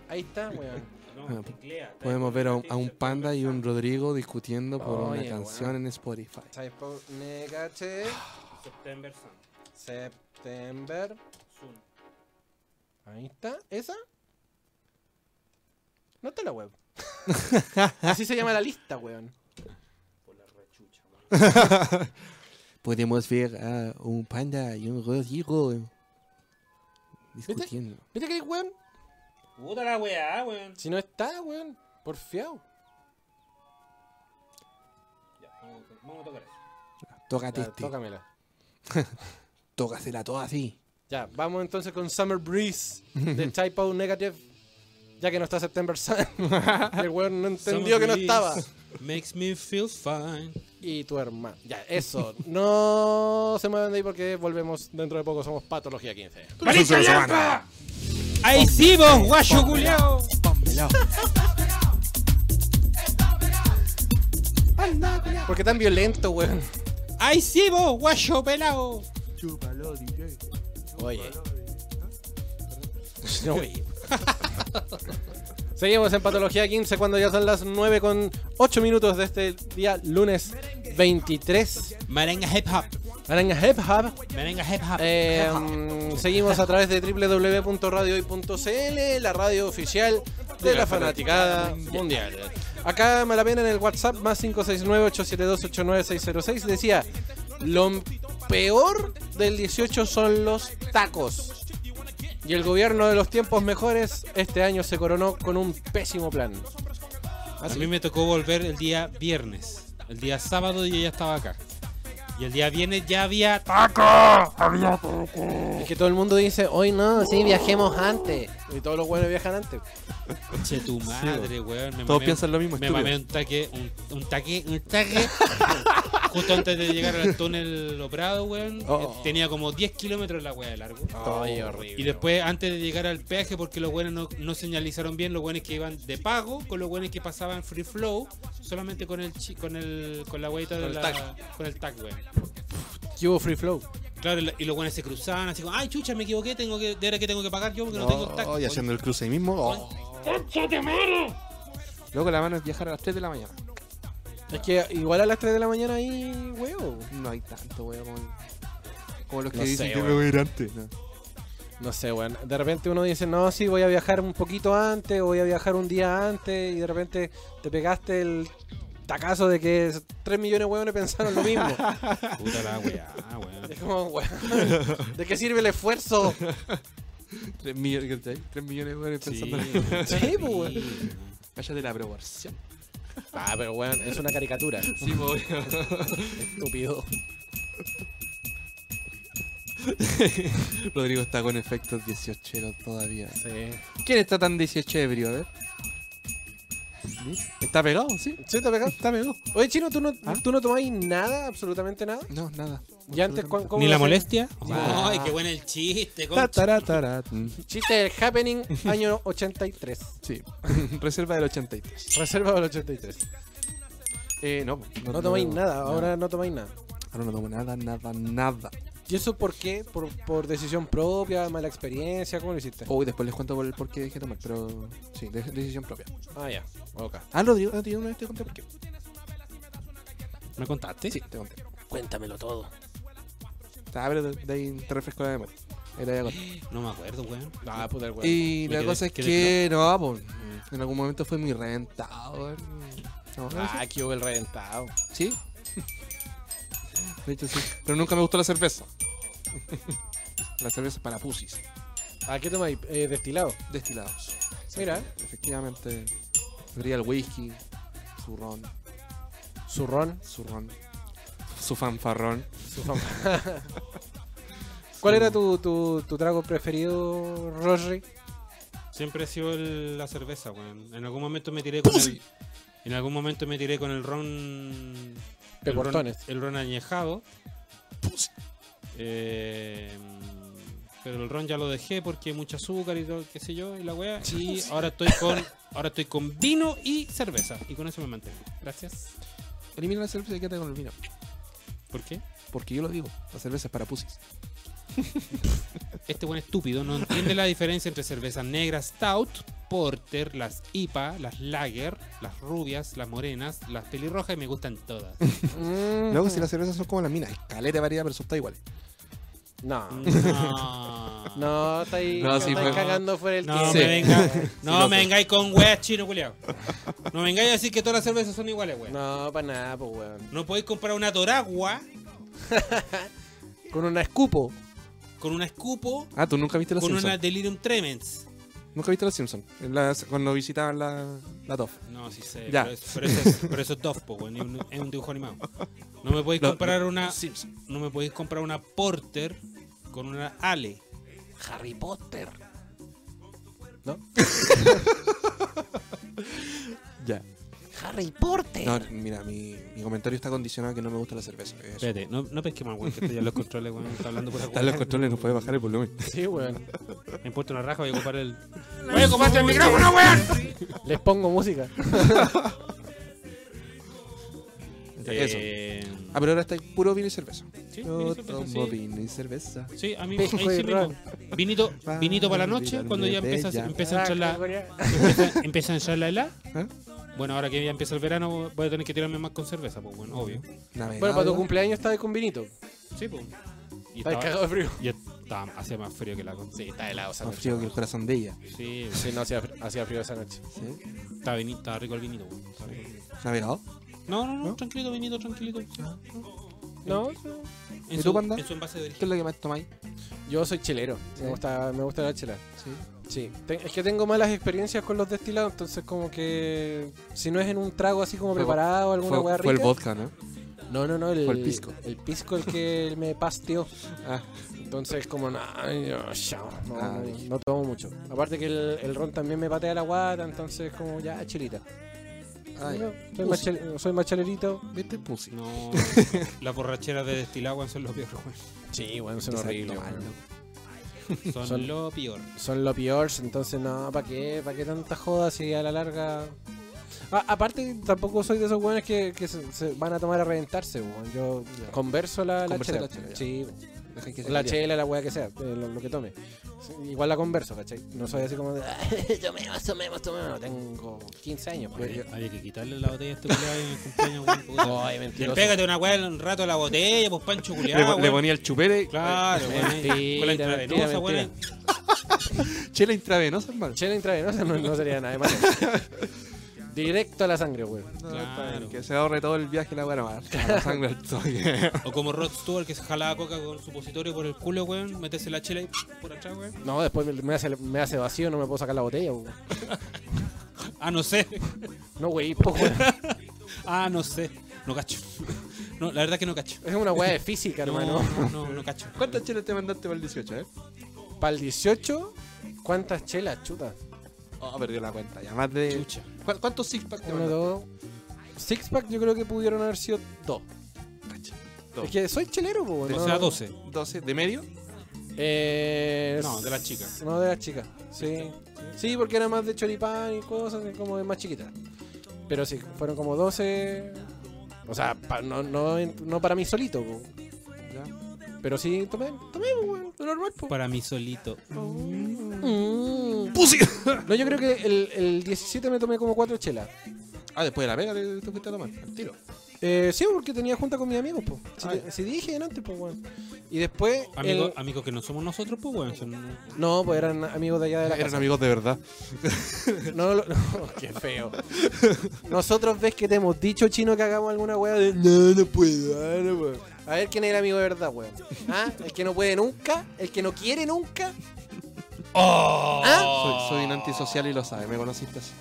Speaker 2: Ahí está, weón.
Speaker 3: No,
Speaker 1: Ah,
Speaker 3: teclea. Type
Speaker 1: Podemos
Speaker 3: O
Speaker 1: ver a un,
Speaker 3: Negative,
Speaker 1: a un
Speaker 3: September
Speaker 1: panda y un
Speaker 3: Sun.
Speaker 1: Rodrigo discutiendo por
Speaker 2: Oye,
Speaker 1: una canción en Spotify.
Speaker 2: Typo negative.
Speaker 3: September Sun.
Speaker 2: September.
Speaker 3: Sun.
Speaker 2: Ahí está. ¿Esa? No está la web. Así se llama la lista, weón.
Speaker 3: Por la rechucha, weón.
Speaker 1: Podemos ver a un panda y un Rodrigo discutiendo.
Speaker 2: ¿Viste que hay weón?
Speaker 3: Puta la weá, weón.
Speaker 2: Si no está, weón. Porfiado.
Speaker 3: Ya, vamos, vamos a tocar eso.
Speaker 1: Tócate
Speaker 2: Ya,
Speaker 1: este.
Speaker 2: tócamela.
Speaker 1: Tócasela toda así.
Speaker 2: Ya, vamos entonces con Summer Breeze de Typo Negative. Ya que no está September Sun. El weón no entendió
Speaker 3: Summer
Speaker 2: que no
Speaker 3: Breeze.
Speaker 2: estaba.
Speaker 3: Makes me feel fine.
Speaker 2: Y tu hermano. Ya, eso. No se muevan de ahí porque volvemos dentro de poco. Somos Patología 15.
Speaker 4: ¡Marisa Blanca!
Speaker 3: ¡Ahí sí vos, guayo culiao!
Speaker 2: ¿Por qué tan violento, weón?
Speaker 3: ¡Ahí sí vos, guayo pelao!
Speaker 2: Oye. Seguimos en Patología 15 cuando ya son las 9 con 8 minutos de este día lunes 23.
Speaker 3: Merengue hip hop.
Speaker 2: Aranga Hep Hub.
Speaker 3: Merengue hip hop.
Speaker 2: Eh, mm, seguimos a través de www.radiohoy.cl, la radio oficial de la fanaticada mundial. Acá Malapena en el WhatsApp más 569-872-89606 decía, lo peor del 18 son los tacos. Y el gobierno de los tiempos mejores este año se coronó con un pésimo plan.
Speaker 3: A mí me tocó volver el día viernes. El día sábado yo ya estaba acá. Y el día viernes ya había
Speaker 2: Es que todo el mundo dice, hoy no, sí, viajemos antes. Y todos los buenos viajan antes.
Speaker 3: Che tu madre, weón. Me
Speaker 1: Todos
Speaker 3: mamé-
Speaker 1: piensan lo mismo,
Speaker 3: Me
Speaker 1: estúpido.
Speaker 3: mamé un taque, un, un taque, un taque. Justo antes de llegar al túnel Loprado, weón.
Speaker 2: Oh.
Speaker 3: eh, Tenía como 10 kilómetros la weá de largo.
Speaker 2: Ay, horrible.
Speaker 3: Y después, antes de llegar al peaje, porque los buenos no, no señalizaron bien, los buenos que iban de pago, con los buenos que pasaban free flow, solamente con el chi- con el con la weita de
Speaker 2: Con el
Speaker 3: la,
Speaker 2: tag.
Speaker 3: con el tag, weón.
Speaker 2: Que hubo free flow.
Speaker 3: Claro, y la- y los buenos se cruzaban así como, ay chucha, me equivoqué, tengo que, de ahora que tengo que pagar yo porque no, tengo el tag.
Speaker 1: Oh, y haciendo el cruce ahí mismo. Oh. Luego la mano es viajar a las 3 de la mañana.
Speaker 2: Es que igual a las 3 de la mañana ahí, huevo.
Speaker 1: No hay tanto, weón. como- Como los que
Speaker 2: No sé,
Speaker 1: dicen que
Speaker 2: weón.
Speaker 1: me voy a ir antes. No.
Speaker 2: No sé, weón. De repente uno dice, no, sí, voy a viajar un poquito antes, voy a viajar un día antes, y de repente te pegaste el tacazo de que 3 millones de huevones pensaron lo mismo.
Speaker 3: Puta la weá, weón.
Speaker 2: es como, weón, ¿de qué sirve el esfuerzo?
Speaker 1: 3 millones, ¿cachai? 3 millones de weones
Speaker 3: Sí,
Speaker 1: pensando.
Speaker 2: Sí, pues, weón.
Speaker 1: Cállate la proporción.
Speaker 2: Ah, pero weón, es una caricatura.
Speaker 1: Sí, weón.
Speaker 2: Estúpido.
Speaker 1: Rodrigo está con efectos 18 todavía.
Speaker 2: Sí.
Speaker 1: ¿Quién está tan 18 ebrio? A ver. ¿Está pegado? Sí.
Speaker 2: ¿Sí te pegado?
Speaker 1: Está pegado.
Speaker 2: Oye, Chino, ¿tú no,
Speaker 1: ¿Ah?
Speaker 2: ¿tú no tomáis nada? ¿Absolutamente nada?
Speaker 1: No, nada.
Speaker 2: ¿Y antes cu- cómo
Speaker 3: ¿Ni la
Speaker 2: lo hacías?
Speaker 3: molestia? Ay, qué bueno el chiste,
Speaker 1: Ta,
Speaker 3: concha.
Speaker 1: tara, tara. Mm.
Speaker 2: Chiste del Happening, año 83.
Speaker 1: Sí. Reserva del 83.
Speaker 2: Reserva del 83.
Speaker 1: Eh, no.
Speaker 2: No tomáis nada, ahora no tomáis nada.
Speaker 1: Ahora no tomo nada, nada, nada.
Speaker 2: ¿Y eso por qué? ¿Por, por decisión propia? ¿Mala experiencia? ¿Cómo lo hiciste?
Speaker 1: Uy, después les cuento por, el por qué dejé de tomar, pero sí, de- decisión propia.
Speaker 2: Ah, ya. Ok.
Speaker 1: Ah, Rodrigo, ah, yo una vez te conté por qué.
Speaker 3: ¿Me contaste?
Speaker 1: Sí, te conté.
Speaker 2: Cuéntamelo todo.
Speaker 1: Ah, pero de de ahí te refresco la memoria. Ahí te voy a contar.
Speaker 3: No me acuerdo, weón.
Speaker 2: Ah, puta el weón.
Speaker 1: Y
Speaker 3: me
Speaker 1: la
Speaker 3: quedé-
Speaker 1: cosa es
Speaker 3: quedé
Speaker 1: que, no, pues, en algún momento fue muy reventado. eh. No, no,
Speaker 2: Ah, que hubo el reventado.
Speaker 1: sí. De hecho, sí. Pero nunca me gustó la cerveza. la cerveza es para pusis,
Speaker 2: ¿A qué tomáis? Eh, destilado.
Speaker 1: destilados.
Speaker 2: Mira.
Speaker 1: Efectivamente, tendría el whisky, su ron,
Speaker 2: Su ron.
Speaker 1: su ron, su fanfarrón.
Speaker 2: Su fama. ¿Cuál
Speaker 1: Mm.
Speaker 2: era tu, tu, tu trago preferido, Rory?
Speaker 3: Siempre ha sido el- la cerveza, weón. En algún momento me tiré con el. En algún momento me tiré con el ron.
Speaker 2: De
Speaker 3: el ron,
Speaker 2: portones.
Speaker 3: el ron añejado. Eh, pero el ron ya lo dejé porque mucho azúcar y todo, qué sé yo, y la wea. Y ahora estoy con. Ahora estoy con vino y cerveza. Y con eso me mantengo. Gracias.
Speaker 1: Elimina la cerveza y quédate con el vino.
Speaker 3: ¿Por qué?
Speaker 1: Porque yo lo digo, la cerveza es para pusis.
Speaker 3: Este buen estúpido no entiende la diferencia entre cervezas negras stout, porter, las IPA, las lager, las rubias, las morenas, las pelirrojas y me gustan todas.
Speaker 1: Luego, si las cervezas son como las minas, escaleta de variedad, pero son todas iguales.
Speaker 2: No.
Speaker 3: No.
Speaker 2: No, está ahí.
Speaker 1: No, sí,
Speaker 2: estáis
Speaker 1: fue-
Speaker 2: cagando fuera el
Speaker 3: No
Speaker 2: tiempo.
Speaker 3: me venga,
Speaker 1: Sí,
Speaker 3: no
Speaker 1: loco.
Speaker 3: me vengáis con weas chino, culiao. No me vengáis a decir que todas las cervezas son iguales, weón. No.
Speaker 2: No, para nada, pues, weón.
Speaker 3: podéis comprar una Toragua
Speaker 2: Con una escupo.
Speaker 3: con una Escupo
Speaker 1: Ah, tú nunca viste los
Speaker 3: con
Speaker 1: Simpsons.
Speaker 3: una Delirium Tremens.
Speaker 1: Nunca viste los Simpsons. En las- cuando visitaban la, la TOF.
Speaker 3: No, sí sé,
Speaker 1: Ya.
Speaker 3: pero, es- pero eso es, pero eso es Dove, po, weón, y un- es un dibujo animado. No me podéis
Speaker 1: Lo-
Speaker 3: comprar una
Speaker 1: Simpsons.
Speaker 3: no me podéis comprar una Porter con una Ale.
Speaker 2: Harry Potter.
Speaker 1: Ya.
Speaker 2: reporte.
Speaker 1: No, mira, mi, mi comentario está condicionado a que no me gusta la cerveza. Eso.
Speaker 3: Espérate, no, no pesquemos al weón que está ya en los controles, weón. Está hablando por
Speaker 1: Están los controles, nos puede bajar el volumen.
Speaker 2: Sí, weón.
Speaker 3: Me importa una raja, voy a ocupar el.
Speaker 4: ¡Oye, compadre, el micrófono, weón!
Speaker 2: Les pongo música.
Speaker 1: Eso.
Speaker 3: Eh,
Speaker 1: Ah, pero ahora está puro vino y cerveza.
Speaker 3: sí,
Speaker 1: Yo
Speaker 3: vinito,
Speaker 1: tomo
Speaker 3: sí.
Speaker 1: vino y cerveza.
Speaker 3: Sí, a mí ahí
Speaker 2: Pisco
Speaker 3: sí
Speaker 2: y
Speaker 3: mismo.
Speaker 2: ron.
Speaker 3: Vinito, vinito para la noche, cuando ya empieza,
Speaker 1: Bella.
Speaker 2: Ah,
Speaker 1: Ah,
Speaker 3: empieza a entrar la, empieza, empieza a entrar la helada.
Speaker 1: ¿Eh?
Speaker 3: Bueno, ahora que ya empieza el verano, voy a tener que tirarme más con cerveza, pues bueno, obvio.
Speaker 2: Bueno, para tu cumpleaños estabas con vinito.
Speaker 3: Sí, pues. Y
Speaker 2: Estás
Speaker 3: estaba,
Speaker 2: cagado de frío.
Speaker 3: y estaba- hacía más frío que la con. Sí, está helado, esa
Speaker 1: Más
Speaker 3: noche.
Speaker 1: frío que el corazón de ella.
Speaker 3: Sí,
Speaker 2: Sí, no, hacía, hacía frío esa noche.
Speaker 1: ¿Sí?
Speaker 3: estaba, vini- estaba rico el vinito, weón, estaba rico el vinito.
Speaker 1: ¿Navegado?
Speaker 3: No, no, no, tranquilito, vinito, tranquilito.
Speaker 2: No,
Speaker 3: En
Speaker 1: tú,
Speaker 3: su,
Speaker 1: Panda?
Speaker 3: en su envase de
Speaker 1: ¿Qué es
Speaker 3: origen.
Speaker 1: lo que más tomáis?
Speaker 2: yo soy chilero.
Speaker 1: Sí.
Speaker 2: Me, gusta, me gusta la chela.
Speaker 1: Sí.
Speaker 2: Sí. Te- es que tengo malas experiencias con los destilados, entonces como que si no es en un trago así como
Speaker 1: Fue-
Speaker 2: preparado, alguna hueá
Speaker 1: Fue, fue
Speaker 2: rica.
Speaker 1: el vodka, ¿no?
Speaker 2: No, no, no, el,
Speaker 1: Fue el pisco.
Speaker 2: El pisco el que él me pasteó.
Speaker 1: Ah.
Speaker 2: Entonces, como, no, yo, chao, no,
Speaker 1: Ah,
Speaker 2: no,
Speaker 1: dije.
Speaker 2: no tomo mucho. Aparte que el, el ron también me patea la guata, entonces, como, ya, chilita.
Speaker 1: Ay,
Speaker 2: Yo soy,
Speaker 1: pussy.
Speaker 2: más chel- soy más chelerito.
Speaker 1: vete pussy.
Speaker 3: No, las borracheras de destilado weón, son lo peor, weón.
Speaker 2: Sí, bueno,
Speaker 1: son horribles, weón.
Speaker 3: Son,
Speaker 2: Son-
Speaker 3: lo peor.
Speaker 2: Son lo peor, entonces, no, ¿para qué? ¿Para qué tanta joda si a la larga... A- aparte, tampoco soy de esos weones que, que se, se van a tomar a reventarse, weón. Yo
Speaker 1: Ya.
Speaker 2: converso la, la
Speaker 1: Conversar
Speaker 2: chela.
Speaker 1: la chela, ya.
Speaker 2: sí,
Speaker 1: Deja que se
Speaker 2: La
Speaker 1: vaya.
Speaker 2: chela, la weá que sea, eh, lo, lo que tome. Sí, Igual la converso, ¿cachai? No soy así como de, tomemos, tomemos, tomemos. Tengo 15 años, pues.
Speaker 3: Había había que quitarle la botella a este culiado en el cumpleaños, weón. puta.
Speaker 2: Ay,
Speaker 3: Le
Speaker 2: mentiroso.
Speaker 3: pégate una weá un rato a la botella, pues Pancho
Speaker 1: Le,
Speaker 3: culiado.
Speaker 1: po- le ponía el chupete.
Speaker 3: Claro, weón. ahí,
Speaker 2: Mentira,
Speaker 3: Con la intravenosa,
Speaker 2: mentira,
Speaker 3: weón.
Speaker 1: Chela intravenosa, hermano.
Speaker 2: Chela intravenosa no, no sería nada de malo. Directo a la sangre, weón.
Speaker 1: No,
Speaker 3: Claro.
Speaker 1: está bien, Que se ahorre todo el viaje la buena a la sangre al toque.
Speaker 3: O como Rod Stewart que se jalaba coca con supositorio por el culo, weón. Meterse la chela ahí por atrás, weón.
Speaker 2: No, después me- me hace, me hace vacío, no me puedo sacar la botella, weón.
Speaker 3: Ah, no sé.
Speaker 2: No, wey, po, weón.
Speaker 3: Ah, no sé. No cacho. No, la verdad que no cacho.
Speaker 2: Es una weá de física,
Speaker 3: No,
Speaker 2: hermano.
Speaker 3: no, no, no cacho.
Speaker 1: ¿Cuántas chelas te mandaste para el 18, eh?
Speaker 2: Para el 18, ¿cuántas chelas, chuta?
Speaker 1: Oh, perdió la cuenta. Ya más de.
Speaker 3: Chucha.
Speaker 1: ¿Cu- ¿Cuántos six pack te
Speaker 2: Uno,
Speaker 1: mandaste?
Speaker 2: dos. Six pack, yo creo que pudieron haber sido dos.
Speaker 1: Cacha. Dos.
Speaker 2: Es que soy chelero, weón.
Speaker 3: O
Speaker 2: no-
Speaker 3: sea, 12.
Speaker 1: 12. ¿De medio?
Speaker 2: Eh,
Speaker 3: No, de las chicas.
Speaker 2: No, de las chicas, sí. Sí, porque era más de choripán y cosas, y como de más chiquita. Pero sí, fueron como 12. O sea, pa- no, no, en- no para mí solito, po.
Speaker 1: Ya.
Speaker 2: pero sí, tomé, tomé, po, weón, lo normal, po.
Speaker 3: Para mí solito.
Speaker 2: Mm.
Speaker 1: ¡Pussy!
Speaker 2: No, yo creo que el, el 17 me tomé como cuatro chelas.
Speaker 1: Ah, después de la pega te, te fuiste a tomar. Al tiro.
Speaker 2: Eh, sí, porque tenía junta con mis amigos, po. Si,
Speaker 1: Ah,
Speaker 2: te- si dije antes, pues, Y después.
Speaker 3: Amigos
Speaker 2: el-
Speaker 3: amigos que no somos nosotros, pues, weón. son-
Speaker 2: No, pues eran amigos de allá de la casa.
Speaker 1: Eran amigos de verdad.
Speaker 2: No, lo- no, qué feo. Nosotros ves que te hemos dicho, chino, que hagamos alguna weá de. No, no puedo, ah, no puedo". A ver quién es el amigo de verdad, weón. ¿Ah? El que no puede nunca, el que no quiere nunca.
Speaker 1: Oh.
Speaker 2: ¿Ah?
Speaker 1: Soy, soy un antisocial y lo sabes. Me conociste así.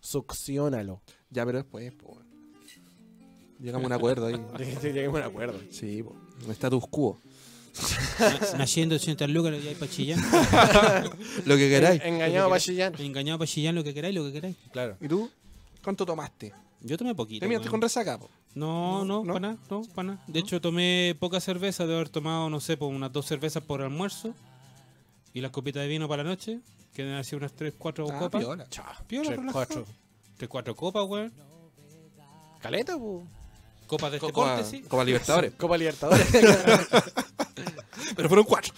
Speaker 2: Succionalo.
Speaker 1: Ya, pero después, pues. bueno. Llegamos a un acuerdo ahí.
Speaker 2: Lleguemos a un acuerdo.
Speaker 1: Sí, pues. Un status quo.
Speaker 3: Na- Naciendo 80 lucas, lo que hay para chillar.
Speaker 1: Lo que queráis.
Speaker 2: Engañado a Pachillán.
Speaker 3: Engañado para chillar, lo que queráis, lo que queráis.
Speaker 2: Claro.
Speaker 1: Eh, ¿Y tú? ¿Cuánto tomaste?
Speaker 3: Yo tomé poquito.
Speaker 1: Te miraste
Speaker 3: weón.
Speaker 1: con resaca, po.
Speaker 3: No, no, para nada, no, para nada. De hecho, tomé poca cerveza, de haber tomado, no sé, por unas dos cervezas por almuerzo y las copitas de vino para la noche, que deben haber sido unas tres, cuatro
Speaker 1: Ah,
Speaker 3: copas.
Speaker 1: piola.
Speaker 3: Piola,
Speaker 2: Tres,
Speaker 3: relajado.
Speaker 2: cuatro.
Speaker 3: Tres, cuatro copas, weón.
Speaker 2: Caleta, po.
Speaker 3: Copas de este
Speaker 1: Copa, Eh,
Speaker 3: porte, sí.
Speaker 1: Copa Libertadores.
Speaker 2: Copa Libertadores.
Speaker 1: Pero fueron cuatro.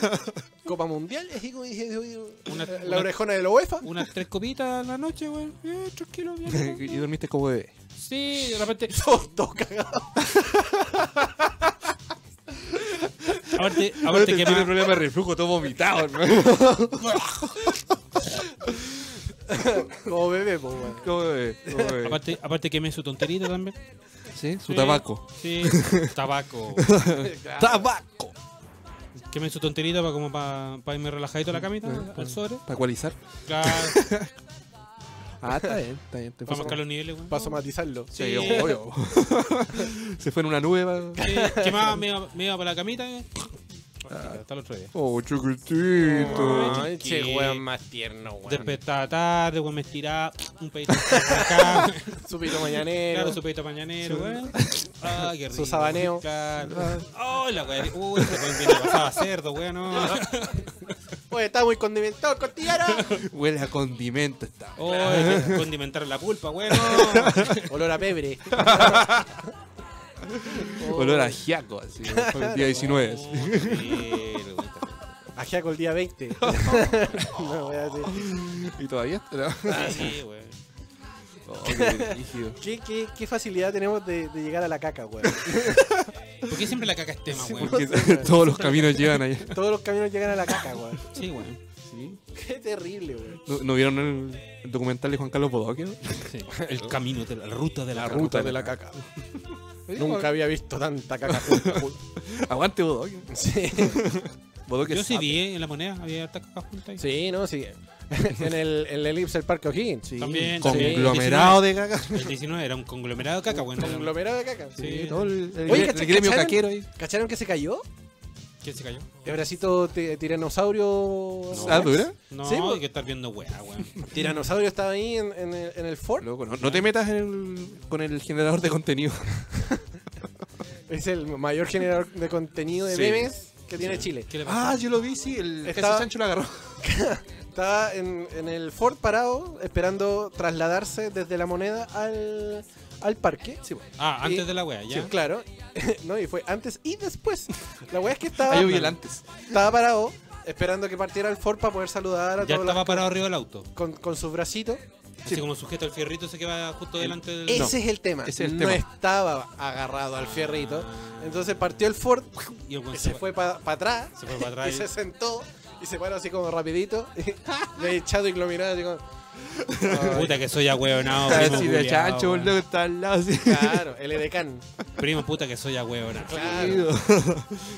Speaker 2: Copa Mundial. así como dije, yo- yo-
Speaker 3: Una-
Speaker 2: la
Speaker 3: una-
Speaker 2: orejona de la UEFA.
Speaker 3: Unas tres copitas en la noche, weón. Eh, tranquilo, bien.
Speaker 1: y dormiste como bebé.
Speaker 3: Sí, de repente.
Speaker 2: Todos todos cagados.
Speaker 3: Aparte, aparte que más-
Speaker 1: problema de reflujo, todo vomitado,
Speaker 2: Como bebé, po, weón.
Speaker 1: Como bebé, como bebé.
Speaker 3: Aparte, aparte quemé su tonterita también.
Speaker 1: Sí, su
Speaker 3: Sí.
Speaker 1: tabaco.
Speaker 3: Sí, tabaco.
Speaker 1: ¡Tabaco!
Speaker 3: Quemé su tonterita para como para irme relajadito a la camita, al sobre.
Speaker 1: Para ecualizar.
Speaker 3: Claro.
Speaker 1: Ah, está bien, está bien. Te
Speaker 3: Vamos a
Speaker 1: fue-
Speaker 3: marcar los niveles, weón.
Speaker 2: Paso a matizarlo.
Speaker 3: Sí.
Speaker 1: Sí, obvio. Se fue en una nube. va.
Speaker 3: Sí, quemaba, me iba, me iba para la camita. eh. práctica, hasta el otro día.
Speaker 1: Oh, chiquitito.
Speaker 2: Ay, che,
Speaker 3: chiquito.
Speaker 2: weón más tierno, weón.
Speaker 3: Despertaba tarde, weón, me estiraba un pedito acá,
Speaker 2: Supito mañanero.
Speaker 3: claro, su pedito mañanero, weón. Ah, qué rico.
Speaker 2: Su sabaneo.
Speaker 3: Claro. Oh, la weón. Uy, se weón viene pasaba cerdo, weón. No.
Speaker 2: Oye, está muy condimentado, costillero.
Speaker 1: Huele a condimento esta.
Speaker 3: Oh, le condimentaron la pulpa, weón. no.
Speaker 2: Olor a pebre.
Speaker 1: Olor a giaco, así. El día 19. así.
Speaker 3: Sí, weón.
Speaker 2: Oh, Ajiaco el día 20. no, voy a decir.
Speaker 1: Y todavía está.
Speaker 3: Sí, weón.
Speaker 1: Oh, qué rígido.
Speaker 2: ¿Qué, qué, qué facilidad tenemos de, de llegar a la caca, weón.
Speaker 3: ¿Por qué siempre la caca es tema, weón?
Speaker 1: Porque todos los caminos llevan allá.
Speaker 2: Todos los caminos llegan a la caca, weón.
Speaker 3: Sí, weón.
Speaker 2: Qué terrible, weón.
Speaker 1: ¿No, no vieron el, el documental de Juan Carlos Bodoque?
Speaker 3: Sí. El camino, de la la ruta de la,
Speaker 1: ruta de la
Speaker 2: caca. Nunca había visto tanta caca.
Speaker 1: Aguante Bodoque.
Speaker 2: sí.
Speaker 1: Bodoque
Speaker 3: Yo sí
Speaker 1: sabe.
Speaker 3: vi eh, en la moneda, había harta caca junta ahí.
Speaker 2: sí, no, sí. en el, en el elipse del Parque O'Higgins. Sí.
Speaker 3: También,
Speaker 1: Conglomerado de caca.
Speaker 3: El 19 era un conglomerado de caca, weón. Era un-
Speaker 2: Conglomerado de caca.
Speaker 3: Sí.
Speaker 1: Todo el, el-
Speaker 2: Oye,
Speaker 1: el
Speaker 2: ¿cacha-
Speaker 1: gremio
Speaker 2: cacharon?
Speaker 1: caquero ahí.
Speaker 2: ¿Cacharon que se cayó?
Speaker 3: ¿Quién se cayó?
Speaker 2: El bracito ti- tiranosaurio.
Speaker 1: ¿Ah, dura?
Speaker 3: No,
Speaker 2: Sí, pues. po.
Speaker 3: hay que estar viendo weá, weón.
Speaker 2: Tiranosaurio estaba ahí en, en el, en el Ford.
Speaker 1: Loco, no, no te metas en el- con el generador de contenido.
Speaker 2: Es el mayor generador de contenido de
Speaker 1: Sí.
Speaker 2: memes que tiene Chile.
Speaker 3: ¿Qué le pasa?
Speaker 1: Ah, yo lo vi, sí. El
Speaker 2: Estaba-
Speaker 1: Jesús Sancho lo agarró.
Speaker 2: Estaba en, en el Ford parado, esperando trasladarse desde la moneda al, al parque. Sí, bueno.
Speaker 3: Ah,
Speaker 2: Y-
Speaker 3: antes de la wea, ya.
Speaker 2: Sí, claro. no, y fue antes y después. La wea es que estaba,
Speaker 1: Ah, yo vi el antes.
Speaker 2: estaba parado, esperando que partiera el Ford para poder saludar a
Speaker 3: ya
Speaker 2: todos
Speaker 3: estaba
Speaker 2: los-
Speaker 3: parado arriba del auto.
Speaker 2: con, con sus bracitos.
Speaker 3: Así como sujeto al fierrito ese que va justo delante del.
Speaker 2: Ese es el tema.
Speaker 1: ese es el
Speaker 2: no
Speaker 1: tema.
Speaker 2: estaba agarrado al fierrito. Entonces partió el Ford,
Speaker 3: Y el weón
Speaker 2: se fue para atrás,
Speaker 3: Se fue para atrás.
Speaker 2: y se sentó, y se paró así como rapidito, y le he echado y glominado así como... Ay,
Speaker 3: Puta que soy ahueonado. primo
Speaker 1: Así de
Speaker 3: culiao,
Speaker 1: chancho,
Speaker 3: weón.
Speaker 1: boludo, está al lado. Así.
Speaker 2: Claro, el edecán.
Speaker 3: Primo puta que soy ahueonado.
Speaker 2: Claro.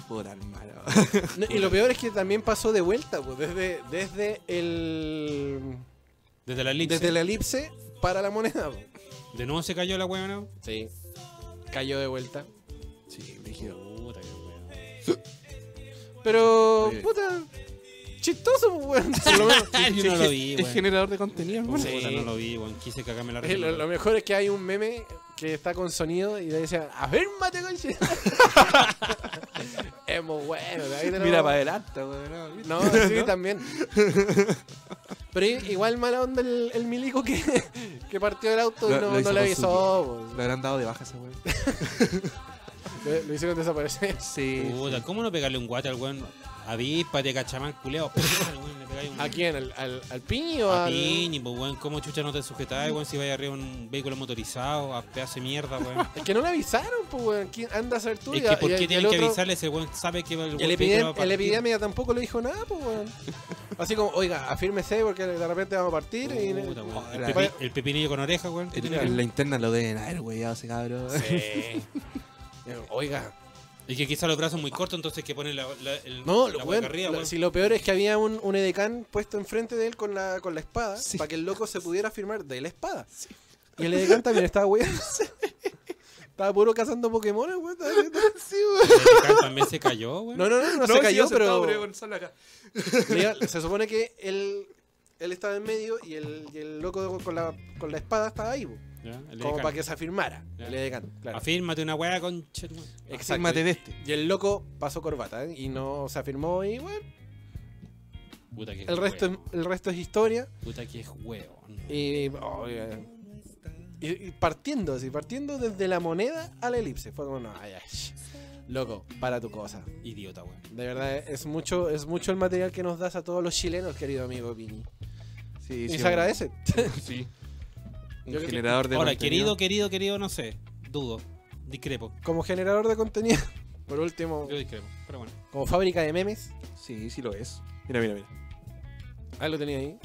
Speaker 1: Puta hermano.
Speaker 2: No, y lo peor es que también pasó de vuelta, pues, desde, desde el...
Speaker 3: Desde la elipse.
Speaker 2: Desde la elipse para la moneda. pues.
Speaker 3: De nuevo se cayó el ahueonado.
Speaker 2: Sí. Cayó de vuelta.
Speaker 1: Sí, brígido.
Speaker 3: Puta que weón.
Speaker 2: Pero,
Speaker 1: Oye.
Speaker 2: puta, chistoso, pues, weón. Por lo menos.
Speaker 3: Yo no lo vi,
Speaker 1: Es
Speaker 3: weón.
Speaker 1: generador de contenido, hermano.
Speaker 2: Sí.
Speaker 3: Puta, no lo vi, weón. Quise cagarme la
Speaker 2: Eh,
Speaker 3: risa.
Speaker 2: Lo, lo mejor es que hay un meme que está con sonido y le decía, a ver, mate, conche. es muy bueno. de ahí tenemos-
Speaker 1: Mira para adelante, weón. ¿viste?
Speaker 2: No, sí, también. Pero i- igual mala onda el, el milico que, que partió el auto y
Speaker 1: Lo-
Speaker 2: no,
Speaker 1: lo
Speaker 2: no
Speaker 1: hizo
Speaker 2: le
Speaker 1: con
Speaker 2: avisó.
Speaker 1: Lo habrán dado de baja ese weón.
Speaker 2: pues. Lo, lo hicieron desaparecer.
Speaker 1: Sí.
Speaker 3: Puta, ¿cómo no pegarle un guate al weón? Avíspate, cachamán, culeo. Puta, weón, le pegáis un-
Speaker 2: ¿A quién? ¿Al, al, al piñi o
Speaker 3: A
Speaker 2: al...?
Speaker 3: Piñi, pues, weón, ¿cómo chucha no te sujetáis, weón? Si vais arriba en un vehículo motorizado, a pedazo de mierda, weón.
Speaker 2: Es que no le avisaron, pues, weón. ¿Quién anda a ser tú?
Speaker 3: es
Speaker 2: Y a-
Speaker 3: que ¿por
Speaker 2: y a-
Speaker 3: qué
Speaker 2: y
Speaker 3: tienen
Speaker 2: el
Speaker 3: que
Speaker 2: otro-
Speaker 3: avisarle ese weón? Sabe que el,
Speaker 2: Y el,
Speaker 3: weón vehículo va
Speaker 2: epidem-
Speaker 3: a partir.
Speaker 2: el epidemia tampoco le dijo nada, pues, weón. Así como, oiga, afírmese porque de repente vamos a partir. y...
Speaker 3: Puta, weón.
Speaker 1: Oh,
Speaker 3: el,
Speaker 1: la-
Speaker 3: pepi- el pepinillo con oreja, weón. que
Speaker 1: En,
Speaker 3: tiene-
Speaker 1: en la interna lo deben haber weyado ese cabrón.
Speaker 2: Sí. Oiga,
Speaker 3: Y que quizá los brazos muy cortos, entonces que ponen la, la- el,
Speaker 2: no,
Speaker 3: la
Speaker 2: lo,
Speaker 3: hueca
Speaker 2: weón,
Speaker 3: arriba,
Speaker 2: lo-
Speaker 3: weón.
Speaker 2: si lo peor es que había un, un edecán puesto enfrente de él con la, con la espada
Speaker 1: Sí.
Speaker 2: para que el loco se pudiera firmar de la espada. Y el edecán también estaba weón. Estaba puro cazando Pokémon, weón. estaba viendo.
Speaker 3: El can también se cayó, weón.
Speaker 2: No, no, no, no,
Speaker 1: sí,
Speaker 2: se cayó,
Speaker 1: yo sentado,
Speaker 2: pero.
Speaker 1: Gonzalo acá.
Speaker 2: le iba- se supone que él, él estaba en medio y el, y el loco con la, con la espada estaba ahí, po,
Speaker 3: Ya, el
Speaker 2: como
Speaker 3: can.
Speaker 2: para que se afirmara.
Speaker 3: Ya.
Speaker 2: El edecán, claro.
Speaker 3: Afírmate una weá, concha. tu madre.
Speaker 1: Fírmate de este.
Speaker 2: Y el loco pasó corbata ¿eh? y no se afirmó y bueno,
Speaker 3: Puta que
Speaker 2: el resto, es-
Speaker 3: weón.
Speaker 2: el resto es historia.
Speaker 3: Puta que es weón.
Speaker 2: Y, oh, eh, y- y partiendo así, partiendo desde la moneda a la elipse. Fue como, no, ay, ay, sh. loco, para tu cosa.
Speaker 3: Idiota, weón.
Speaker 2: De verdad, eh, es mucho, es mucho el material que nos das a todos los chilenos, querido amigo Piñi.
Speaker 1: Sí,
Speaker 2: Y
Speaker 1: sí,
Speaker 2: se agradece.
Speaker 1: Sí. Un
Speaker 2: Yo creo que-
Speaker 1: generador de
Speaker 3: Ahora,
Speaker 1: contenido.
Speaker 3: querido, querido, querido, no sé. Dudo. Discrepo.
Speaker 2: Como generador de contenido, por último,
Speaker 3: Yo discrepo. Pero bueno.
Speaker 2: como fábrica de memes.
Speaker 1: Sí, sí lo es. Mira, mira, mira.
Speaker 2: Ah, lo tenía ahí.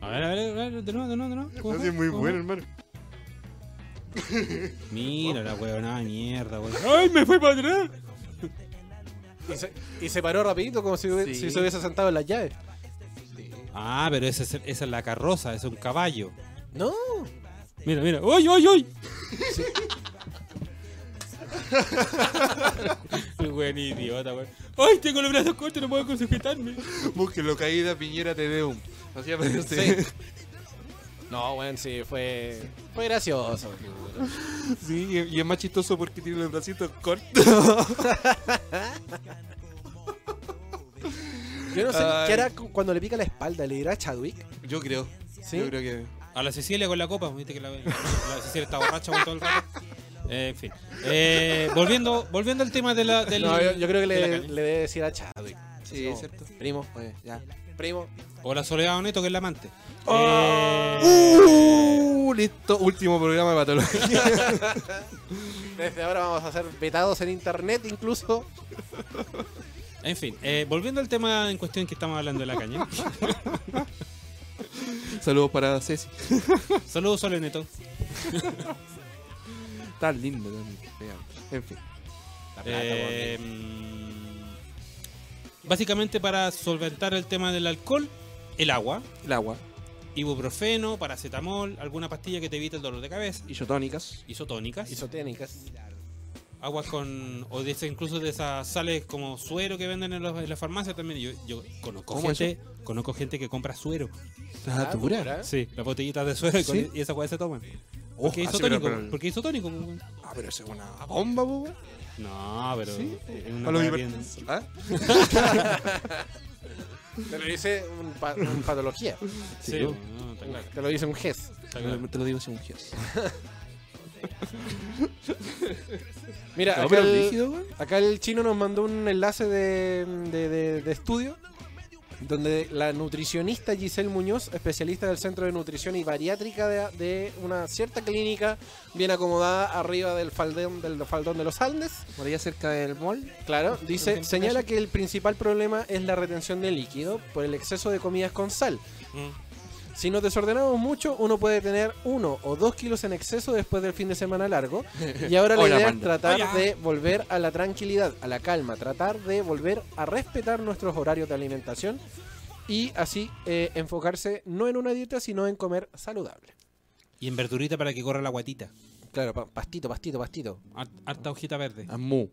Speaker 3: A ver, a ver, a ver, de nuevo, de nuevo, de nuevo. ¿Cómo fue? ¿Cómo fue?
Speaker 1: hermano.
Speaker 3: Mira la weonada de mierda, weón. ¡Ay, me fui para atrás!
Speaker 2: Y se, y se paró rapidito como si, hubie-
Speaker 1: Sí.
Speaker 2: si se hubiese sentado en las llaves.
Speaker 3: Ah, pero ese es- esa es la carroza, ese es un caballo.
Speaker 2: No,
Speaker 3: Mira, mira. ¡Ay, ay, ay! El weón idiota, weón. ¡Ay, tengo los brazos cortos, no puedo consujetarme!
Speaker 1: Búsquenlo, caída Piñera Tedeum. Así aparece. Sí,
Speaker 2: No, weón, sí, fue. Fue gracioso.
Speaker 1: y, y es más chistoso porque tiene los bracitos cortos.
Speaker 2: Yo no sé
Speaker 1: Ay.
Speaker 2: qué hará cu- cuando le pica la espalda, le dirá a Chadwick.
Speaker 1: Yo creo.
Speaker 2: ¿Sí?
Speaker 1: Yo creo que.
Speaker 3: A la Cecilia con la copa, viste que la, la Cecilia está borracha con todo el rato. Eh, en fin. Eh, volviendo, volviendo al tema de la. Del,
Speaker 2: No, yo, yo creo que
Speaker 3: de la
Speaker 2: le,
Speaker 3: caña.
Speaker 2: le debe decir a Chadwick.
Speaker 1: Sí,
Speaker 2: Como,
Speaker 1: es cierto.
Speaker 2: Primo, oye, ya. Primo.
Speaker 3: O la Soledad Oneto, que es la amante.
Speaker 1: Oh.
Speaker 3: Eh,
Speaker 1: Uh, listo, último programa de patología.
Speaker 2: Desde ahora vamos a ser vetados en internet incluso.
Speaker 3: en fin, eh, volviendo al tema en cuestión que estamos hablando de la caña.
Speaker 1: Saludos para Ceci.
Speaker 3: Saludos, Sole Neto.
Speaker 1: Tan lindo, tan lindo. Veamos. En fin.
Speaker 3: Eh, mm, básicamente para solventar el tema del alcohol, el agua,
Speaker 1: El agua,
Speaker 3: ibuprofeno, paracetamol, alguna pastilla que te evite el dolor de cabeza,
Speaker 1: isotónicas.
Speaker 3: isotónicas,
Speaker 2: Isoténicas.
Speaker 3: aguas con, o de esas- incluso de esas sales como suero que venden en, los- en las farmacias también. Yo, yo conozco,
Speaker 1: ¿Cómo
Speaker 3: gente, conozco gente que compra suero.
Speaker 2: Ah,
Speaker 1: La Ah, dura.
Speaker 3: Sí, las botellitas de suero y con-
Speaker 1: ¿Eh?
Speaker 3: e,
Speaker 1: ¿Sí?
Speaker 3: y esas aguas se toman.
Speaker 1: Oh,
Speaker 3: Porque
Speaker 1: ah, sí,
Speaker 3: isotónico,
Speaker 1: pero- pero-
Speaker 3: porque isotónico.
Speaker 1: Ah, pero eso es una bomba, boba.
Speaker 3: No, pero...
Speaker 1: Sí,
Speaker 3: es una
Speaker 1: A los
Speaker 3: hueá bien-
Speaker 1: hipertensos. ¿Ah?
Speaker 2: Te lo dice un, pa- un patología.
Speaker 3: Sí,
Speaker 1: Sí, yo-
Speaker 3: no, está claro,
Speaker 2: Te lo dice un GES.
Speaker 3: está claro.
Speaker 1: Te lo digo sin un gesto.
Speaker 2: Mira,
Speaker 1: No,
Speaker 2: acá
Speaker 1: pero
Speaker 2: el-
Speaker 1: líquido, güey.
Speaker 2: Acá el chino nos mandó un enlace de, de- de- de estudio donde la nutricionista Giselle Muñoz, especialista del Centro de Nutrición y Bariátrica de, de una cierta clínica bien acomodada arriba del faldón, del faldón de los Andes,
Speaker 1: Por allá cerca del mall.
Speaker 2: claro, dice, señala que el principal problema es la retención de líquido por el exceso de comidas con sal.
Speaker 3: Mm.
Speaker 2: Si nos desordenamos mucho, uno puede tener uno o dos kilos en exceso después del fin de semana largo. Y ahora la
Speaker 1: Hola,
Speaker 2: idea es
Speaker 1: Amanda.
Speaker 2: tratar
Speaker 3: Hola.
Speaker 2: de volver a la tranquilidad, a la calma, tratar de volver a respetar nuestros horarios de alimentación y así eh, enfocarse no en una dieta, sino en comer saludable.
Speaker 3: Y en verdurita para que corra la guatita.
Speaker 2: Claro, pa- pastito, pastito, pastito.
Speaker 3: Har- Harta hojita verde.
Speaker 1: Amu.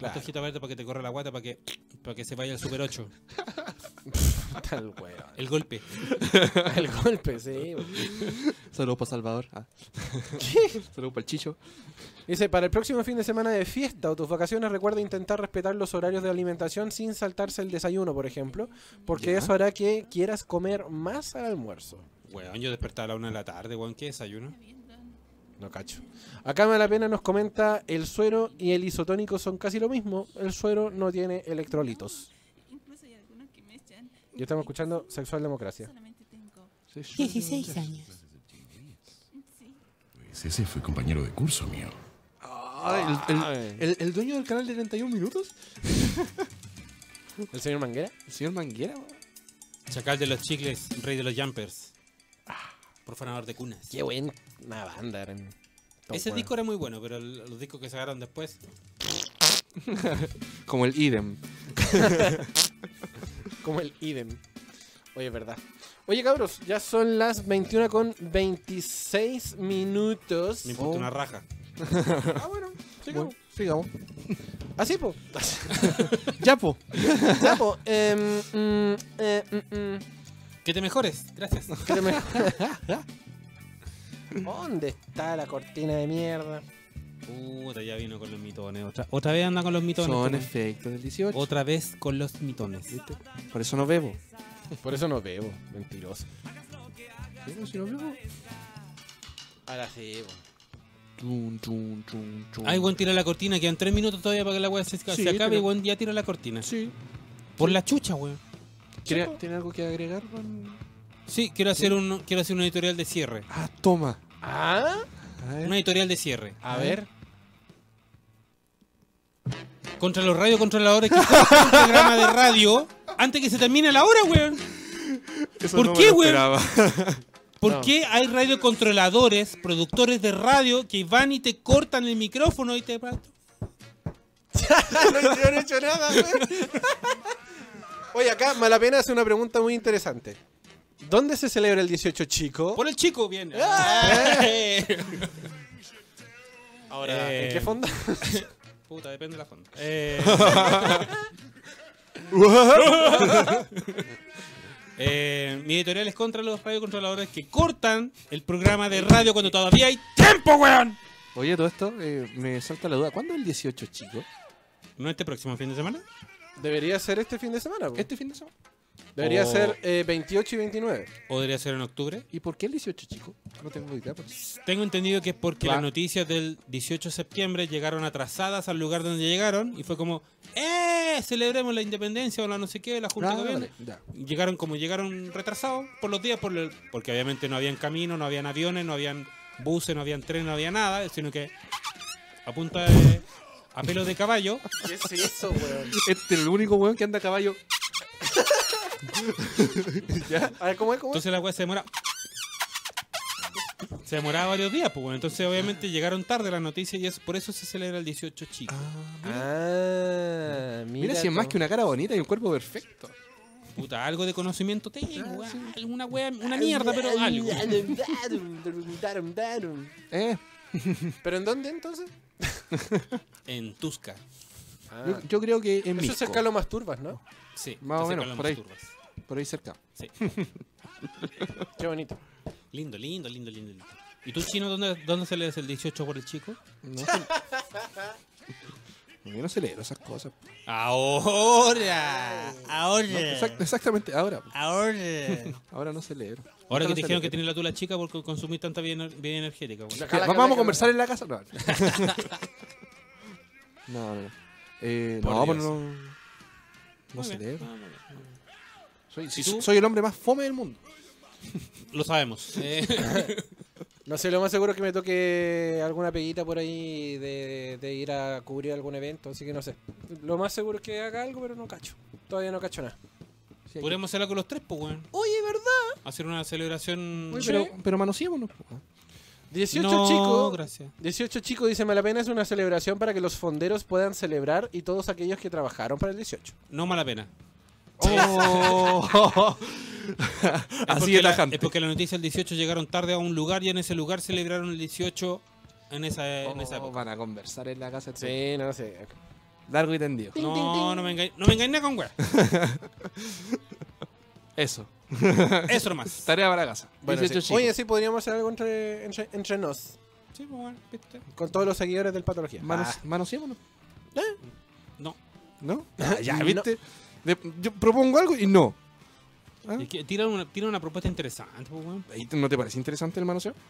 Speaker 3: Harta hojita verde para que te corra la guata, para que, para que se vaya el Super 8.
Speaker 2: Tal weón.
Speaker 3: El golpe.
Speaker 2: El golpe, sí.
Speaker 1: Saludos para Salvador. Ah. Saludos para el Chicho.
Speaker 2: Dice, para el próximo fin de semana de fiesta o tus vacaciones, recuerda intentar respetar los horarios de alimentación sin saltarse el desayuno, por ejemplo, porque eso hará que quieras comer más al almuerzo.
Speaker 3: Weón, yo despertaba a la una de la tarde, weón, ¿qué desayuno?
Speaker 2: No cacho. Acá me la pena nos comenta, el suero y el isotónico son casi lo mismo, el suero no tiene electrolitos.
Speaker 7: Incluso hay algunos que me echan.
Speaker 2: Y estamos escuchando Sexual Democracia.
Speaker 7: Solamente tengo.
Speaker 8: 16 años.
Speaker 7: Sí.
Speaker 9: Pues ese fue compañero de curso mío.
Speaker 1: Ah, el, el- el- el dueño del canal de 31 minutos.
Speaker 2: ¿El señor Manguera?
Speaker 1: El señor Manguera. güey.
Speaker 3: Chacal de los chicles, rey de los jumpers. Profanador de cunas.
Speaker 2: Qué buena banda. eran. Tan
Speaker 3: Ese
Speaker 2: bueno.
Speaker 3: disco era muy bueno, pero el- los discos que sacaron después.
Speaker 1: Como el idem.
Speaker 2: Como el idem. Oye, es verdad. Oye, cabros, ya son las 21 con 26 minutos.
Speaker 3: Me importa
Speaker 1: Oh.
Speaker 3: una raja.
Speaker 2: Ah, bueno, sigamos.
Speaker 1: Bueno, sigamos.
Speaker 2: Así, po.
Speaker 1: Ya, po.
Speaker 2: Ya, po. Em, mm, eh, mm, mm.
Speaker 3: Que te mejores, gracias.
Speaker 2: Que te me- ¿Dónde está la cortina de mierda?
Speaker 3: Puta, ya vino con los mitones. Otra, otra vez anda con los mitones.
Speaker 1: Son
Speaker 3: también.
Speaker 1: efectos del 18.
Speaker 3: Otra vez con los mitones.
Speaker 1: Por eso no bebo.
Speaker 2: Por eso no bebo, mentiroso.
Speaker 1: ¿Bebo si no bebo?
Speaker 2: Ahora sí, po.
Speaker 1: Chun, chun, chun, chun.
Speaker 3: Ay, weón, tira la cortina. Quedan tres minutos todavía para que la weá se, se
Speaker 1: Sí,
Speaker 3: acabe
Speaker 1: pero-
Speaker 3: y weón ya tira la cortina.
Speaker 1: Sí.
Speaker 3: Por la chucha, weón.
Speaker 1: ¿Tiene, tiene algo que agregar, Juan?
Speaker 3: Sí, quiero hacer un quiero hacer una editorial de cierre.
Speaker 1: Ah, toma.
Speaker 2: ¿Ah?
Speaker 1: A ver.
Speaker 3: Una editorial de cierre.
Speaker 2: A ver.
Speaker 3: Contra los radiocontroladores que escuchan un programa de radio antes que se termine la hora, weón.
Speaker 1: Eso
Speaker 3: ¿Por
Speaker 1: no me
Speaker 3: qué,
Speaker 1: lo
Speaker 3: güey?
Speaker 1: esperaba.
Speaker 3: ¿Por
Speaker 2: No.
Speaker 3: qué hay radiocontroladores, productores de radio, que van y te cortan el micrófono y te...
Speaker 2: no, yo no he hecho nada, güey. Oye, acá Malapena hace una pregunta muy interesante. ¿Dónde se celebra el 18 chico?
Speaker 3: Por el chico viene.
Speaker 2: Ahora, ¿en
Speaker 3: Eh,
Speaker 2: qué fondo?
Speaker 1: Eh,
Speaker 3: Puta, depende de la fonda. Eh, Eh, mi editorial es contra los radiocontroladores que cortan el programa de radio cuando todavía hay tiempo, weón.
Speaker 1: Oye, todo esto eh, me salta la duda. ¿Cuándo es el 18, chico?
Speaker 3: ¿No este próximo fin de semana?
Speaker 2: Debería ser este fin de semana. po.
Speaker 1: ¿Este Oh. fin de semana?
Speaker 2: Debería
Speaker 3: O-
Speaker 2: ser eh, 28 y 29.
Speaker 3: ¿O debería ser en octubre?
Speaker 1: ¿Y por qué el 18, chico? No tengo idea. por-
Speaker 3: Tengo entendido que es porque
Speaker 1: Claro.
Speaker 3: las noticias del 18 de septiembre llegaron atrasadas al lugar donde llegaron y fue como, ¡eh! Celebremos la independencia o la no sé qué, la Junta
Speaker 1: Ah,
Speaker 3: de Gobierno.
Speaker 1: vale, ya.
Speaker 3: Llegaron como llegaron retrasados por los días, por el- porque obviamente no habían camino, no habían aviones, no habían buses, no habían trenes, no había nada, sino que a punta de. a pelo de caballo.
Speaker 2: ¿Qué es eso, weón?
Speaker 1: Este es el único weón que anda a caballo.
Speaker 2: A ver, ¿cómo es? ¿Cómo es?
Speaker 3: Entonces la weá se demora. Se demoraba varios días, pues bueno. Entonces obviamente llegaron tarde las noticias y es por eso se celebra el 18 chico.
Speaker 2: Ah,
Speaker 1: Mira, si es más que una cara bonita y un cuerpo perfecto.
Speaker 3: Puta, algo de conocimiento
Speaker 1: Ah,
Speaker 3: tengo, weá. Alguna weá, una mierda, pero algo.
Speaker 1: Eh,
Speaker 2: ¿Pero en dónde entonces?
Speaker 3: En Tusca.
Speaker 1: yo, yo creo que en
Speaker 2: Ah. Eso es
Speaker 1: Visco,
Speaker 2: cerca de lo más turbas, ¿no?
Speaker 3: Sí.
Speaker 1: Más o menos,
Speaker 3: entonces con las
Speaker 1: por ahí.
Speaker 3: turbas.
Speaker 1: por ahí cerca.
Speaker 2: Qué bonito.
Speaker 3: Lindo, lindo, lindo, lindo. lindo. ¿Y tú, chino, dónde, dónde se le el 18 por el chico?
Speaker 1: No se- Yo no celebro esas cosas.
Speaker 5: Ahora,
Speaker 1: No,
Speaker 5: ahora,
Speaker 1: exact- exactamente ahora.
Speaker 2: Ah.
Speaker 5: ahora.
Speaker 1: Ahora no celebro.
Speaker 3: Ahora que
Speaker 1: no
Speaker 3: te dijeron
Speaker 1: celebro.
Speaker 3: que tienes la tula chica por co- consumir tanta vida, ener- vida energética, weón.
Speaker 1: Que-
Speaker 2: Déjala,
Speaker 1: ¿Vamos
Speaker 2: déjala,
Speaker 1: a conversar en la casa? No, no, no. No, Eh,
Speaker 3: Por
Speaker 1: no,
Speaker 3: Dios.
Speaker 1: pues no. No
Speaker 3: Muy bien.
Speaker 1: celebro.
Speaker 3: Ah, muy bien.
Speaker 1: Soy,
Speaker 3: ¿Y tú?
Speaker 1: soy el hombre más fome del mundo.
Speaker 3: Lo sabemos. Eh,
Speaker 2: No sé, lo más seguro es que me toque alguna peguita por ahí de, de ir a cubrir algún evento, así que no sé. Lo más seguro es que haga algo, pero no cacho. Todavía no cacho nada.
Speaker 1: Sí, aquí-
Speaker 3: podríamos hacerla con los tres, pues, weón.
Speaker 2: Oye, ¿verdad?
Speaker 3: Hacer una celebración.
Speaker 1: Uy, pero, pero manoseémonos. po. ¿ah?
Speaker 2: 18
Speaker 3: no,
Speaker 2: chicos.
Speaker 3: gracias.
Speaker 2: 18 chicos, dice Malapena, es una celebración para que los fonderos puedan celebrar y todos aquellos que trabajaron para el 18.
Speaker 3: No mala pena.
Speaker 1: Oh.
Speaker 3: Es
Speaker 1: Así
Speaker 3: porque
Speaker 1: de
Speaker 3: la-
Speaker 1: tajante.
Speaker 3: es porque la noticia del 18 llegaron tarde a un lugar y en ese lugar celebraron el 18 en esa, en esa
Speaker 1: Oh,
Speaker 3: época.
Speaker 1: van a conversar en la casa. etcétera.
Speaker 2: Sí, no sé.
Speaker 1: Largo y tendido.
Speaker 3: No, no me engañé, no me engañé con weá.
Speaker 1: Eso.
Speaker 3: Eso nomás.
Speaker 1: Tarea para la casa.
Speaker 2: Bueno,
Speaker 1: 18
Speaker 2: sí.
Speaker 1: chicos.
Speaker 2: Oye, sí, podríamos hacer algo entre, entre, entre nos,
Speaker 3: Sí, pues, weón, ¿viste?
Speaker 2: con todos los seguidores del Patología. Ah,
Speaker 1: Manos- manoseémonos.
Speaker 3: No.
Speaker 1: ¿No? Ah, ya,
Speaker 2: no.
Speaker 1: ¿viste? De- yo propongo algo y no. ¿Ah?
Speaker 3: Es que Tira una, tira una propuesta interesante, pues, weón.
Speaker 1: Ahí, ¿No te parece interesante el manoseo?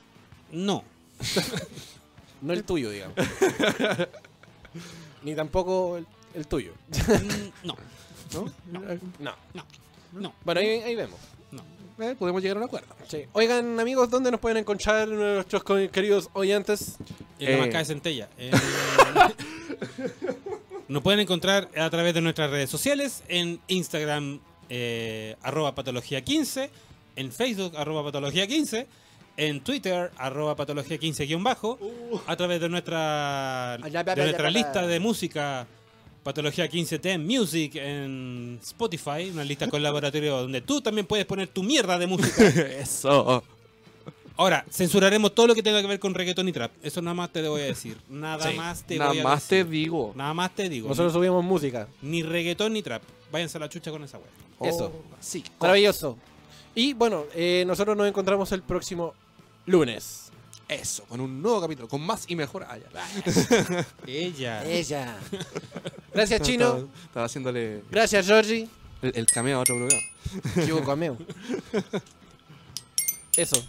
Speaker 3: No.
Speaker 2: Ah, no el tuyo, digamos. Ni tampoco el, el tuyo.
Speaker 3: Mm, no.
Speaker 1: ¿No?
Speaker 2: No.
Speaker 3: No.
Speaker 2: Bueno, ahí, ahí vemos.
Speaker 1: Eh, podemos llegar a un acuerdo.
Speaker 2: Sí. Oigan, amigos, ¿dónde nos pueden encontrar nuestros co- queridos oyentes?
Speaker 3: En la
Speaker 1: Eh.
Speaker 3: marca de centella. Eh, nos pueden encontrar a través de nuestras redes sociales, en Instagram, eh, arroba patología15, en Facebook, arroba patología15, en Twitter, arroba patología15 guión bajo, a través de nuestra,
Speaker 2: Allá, allá,
Speaker 3: de
Speaker 2: allá,
Speaker 3: nuestra
Speaker 2: allá.
Speaker 3: lista de música. Patología 15T Music en Spotify, una lista colaborativa donde tú también puedes poner tu mierda de música.
Speaker 1: Eso.
Speaker 3: Ahora, censuraremos todo lo que tenga que ver con reggaetón y trap. Eso nada más te lo voy a decir. Nada
Speaker 1: Sí.
Speaker 3: más te
Speaker 1: Nada
Speaker 3: voy a
Speaker 1: más te
Speaker 3: decir.
Speaker 1: digo.
Speaker 3: Nada más te digo.
Speaker 2: Nosotros subimos música.
Speaker 3: Ni reggaetón ni trap. Váyanse a la chucha con esa wea.
Speaker 1: oh,
Speaker 2: Eso.
Speaker 1: Sí.
Speaker 2: Oh. Maravilloso. Y bueno, eh, nosotros nos encontramos el próximo lunes.
Speaker 1: Eso. Con un nuevo capítulo. Con más y mejor. Ah, ya.
Speaker 3: Ella.
Speaker 2: Ella. Gracias, Chino.
Speaker 1: Estaba, estaba haciéndole
Speaker 2: Gracias, Georgie.
Speaker 1: el, el cameo a otro programa.
Speaker 2: Yo comeo. Eso.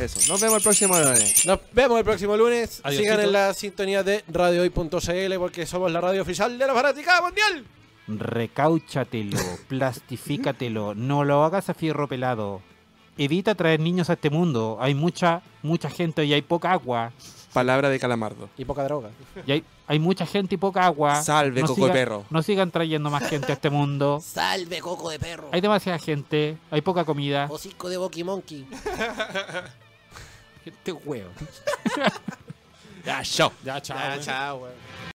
Speaker 1: Eso. Nos vemos el próximo. eh, lunes.
Speaker 2: Nos vemos el próximo lunes.
Speaker 3: Adiosito.
Speaker 2: Sigan en la sintonía de radiohoy.cl porque somos la radio oficial de la fanática mundial.
Speaker 8: Recáuchatelo, plastifícatelo, no lo hagas a fierro pelado. Evita traer niños a este mundo. Hay mucha, mucha gente y hay poca agua.
Speaker 1: Palabra de calamardo.
Speaker 2: Y poca droga.
Speaker 8: Y hay, hay mucha gente y poca agua.
Speaker 1: Salve, Coco
Speaker 8: siga-
Speaker 1: de Perro.
Speaker 8: No sigan trayendo más gente a este mundo.
Speaker 5: Salve, coco de perro.
Speaker 8: Hay demasiada gente, hay poca comida.
Speaker 5: Hocico de Boki Monkey.
Speaker 8: Este huevo.
Speaker 2: Ah,
Speaker 3: Ya, chao. weón.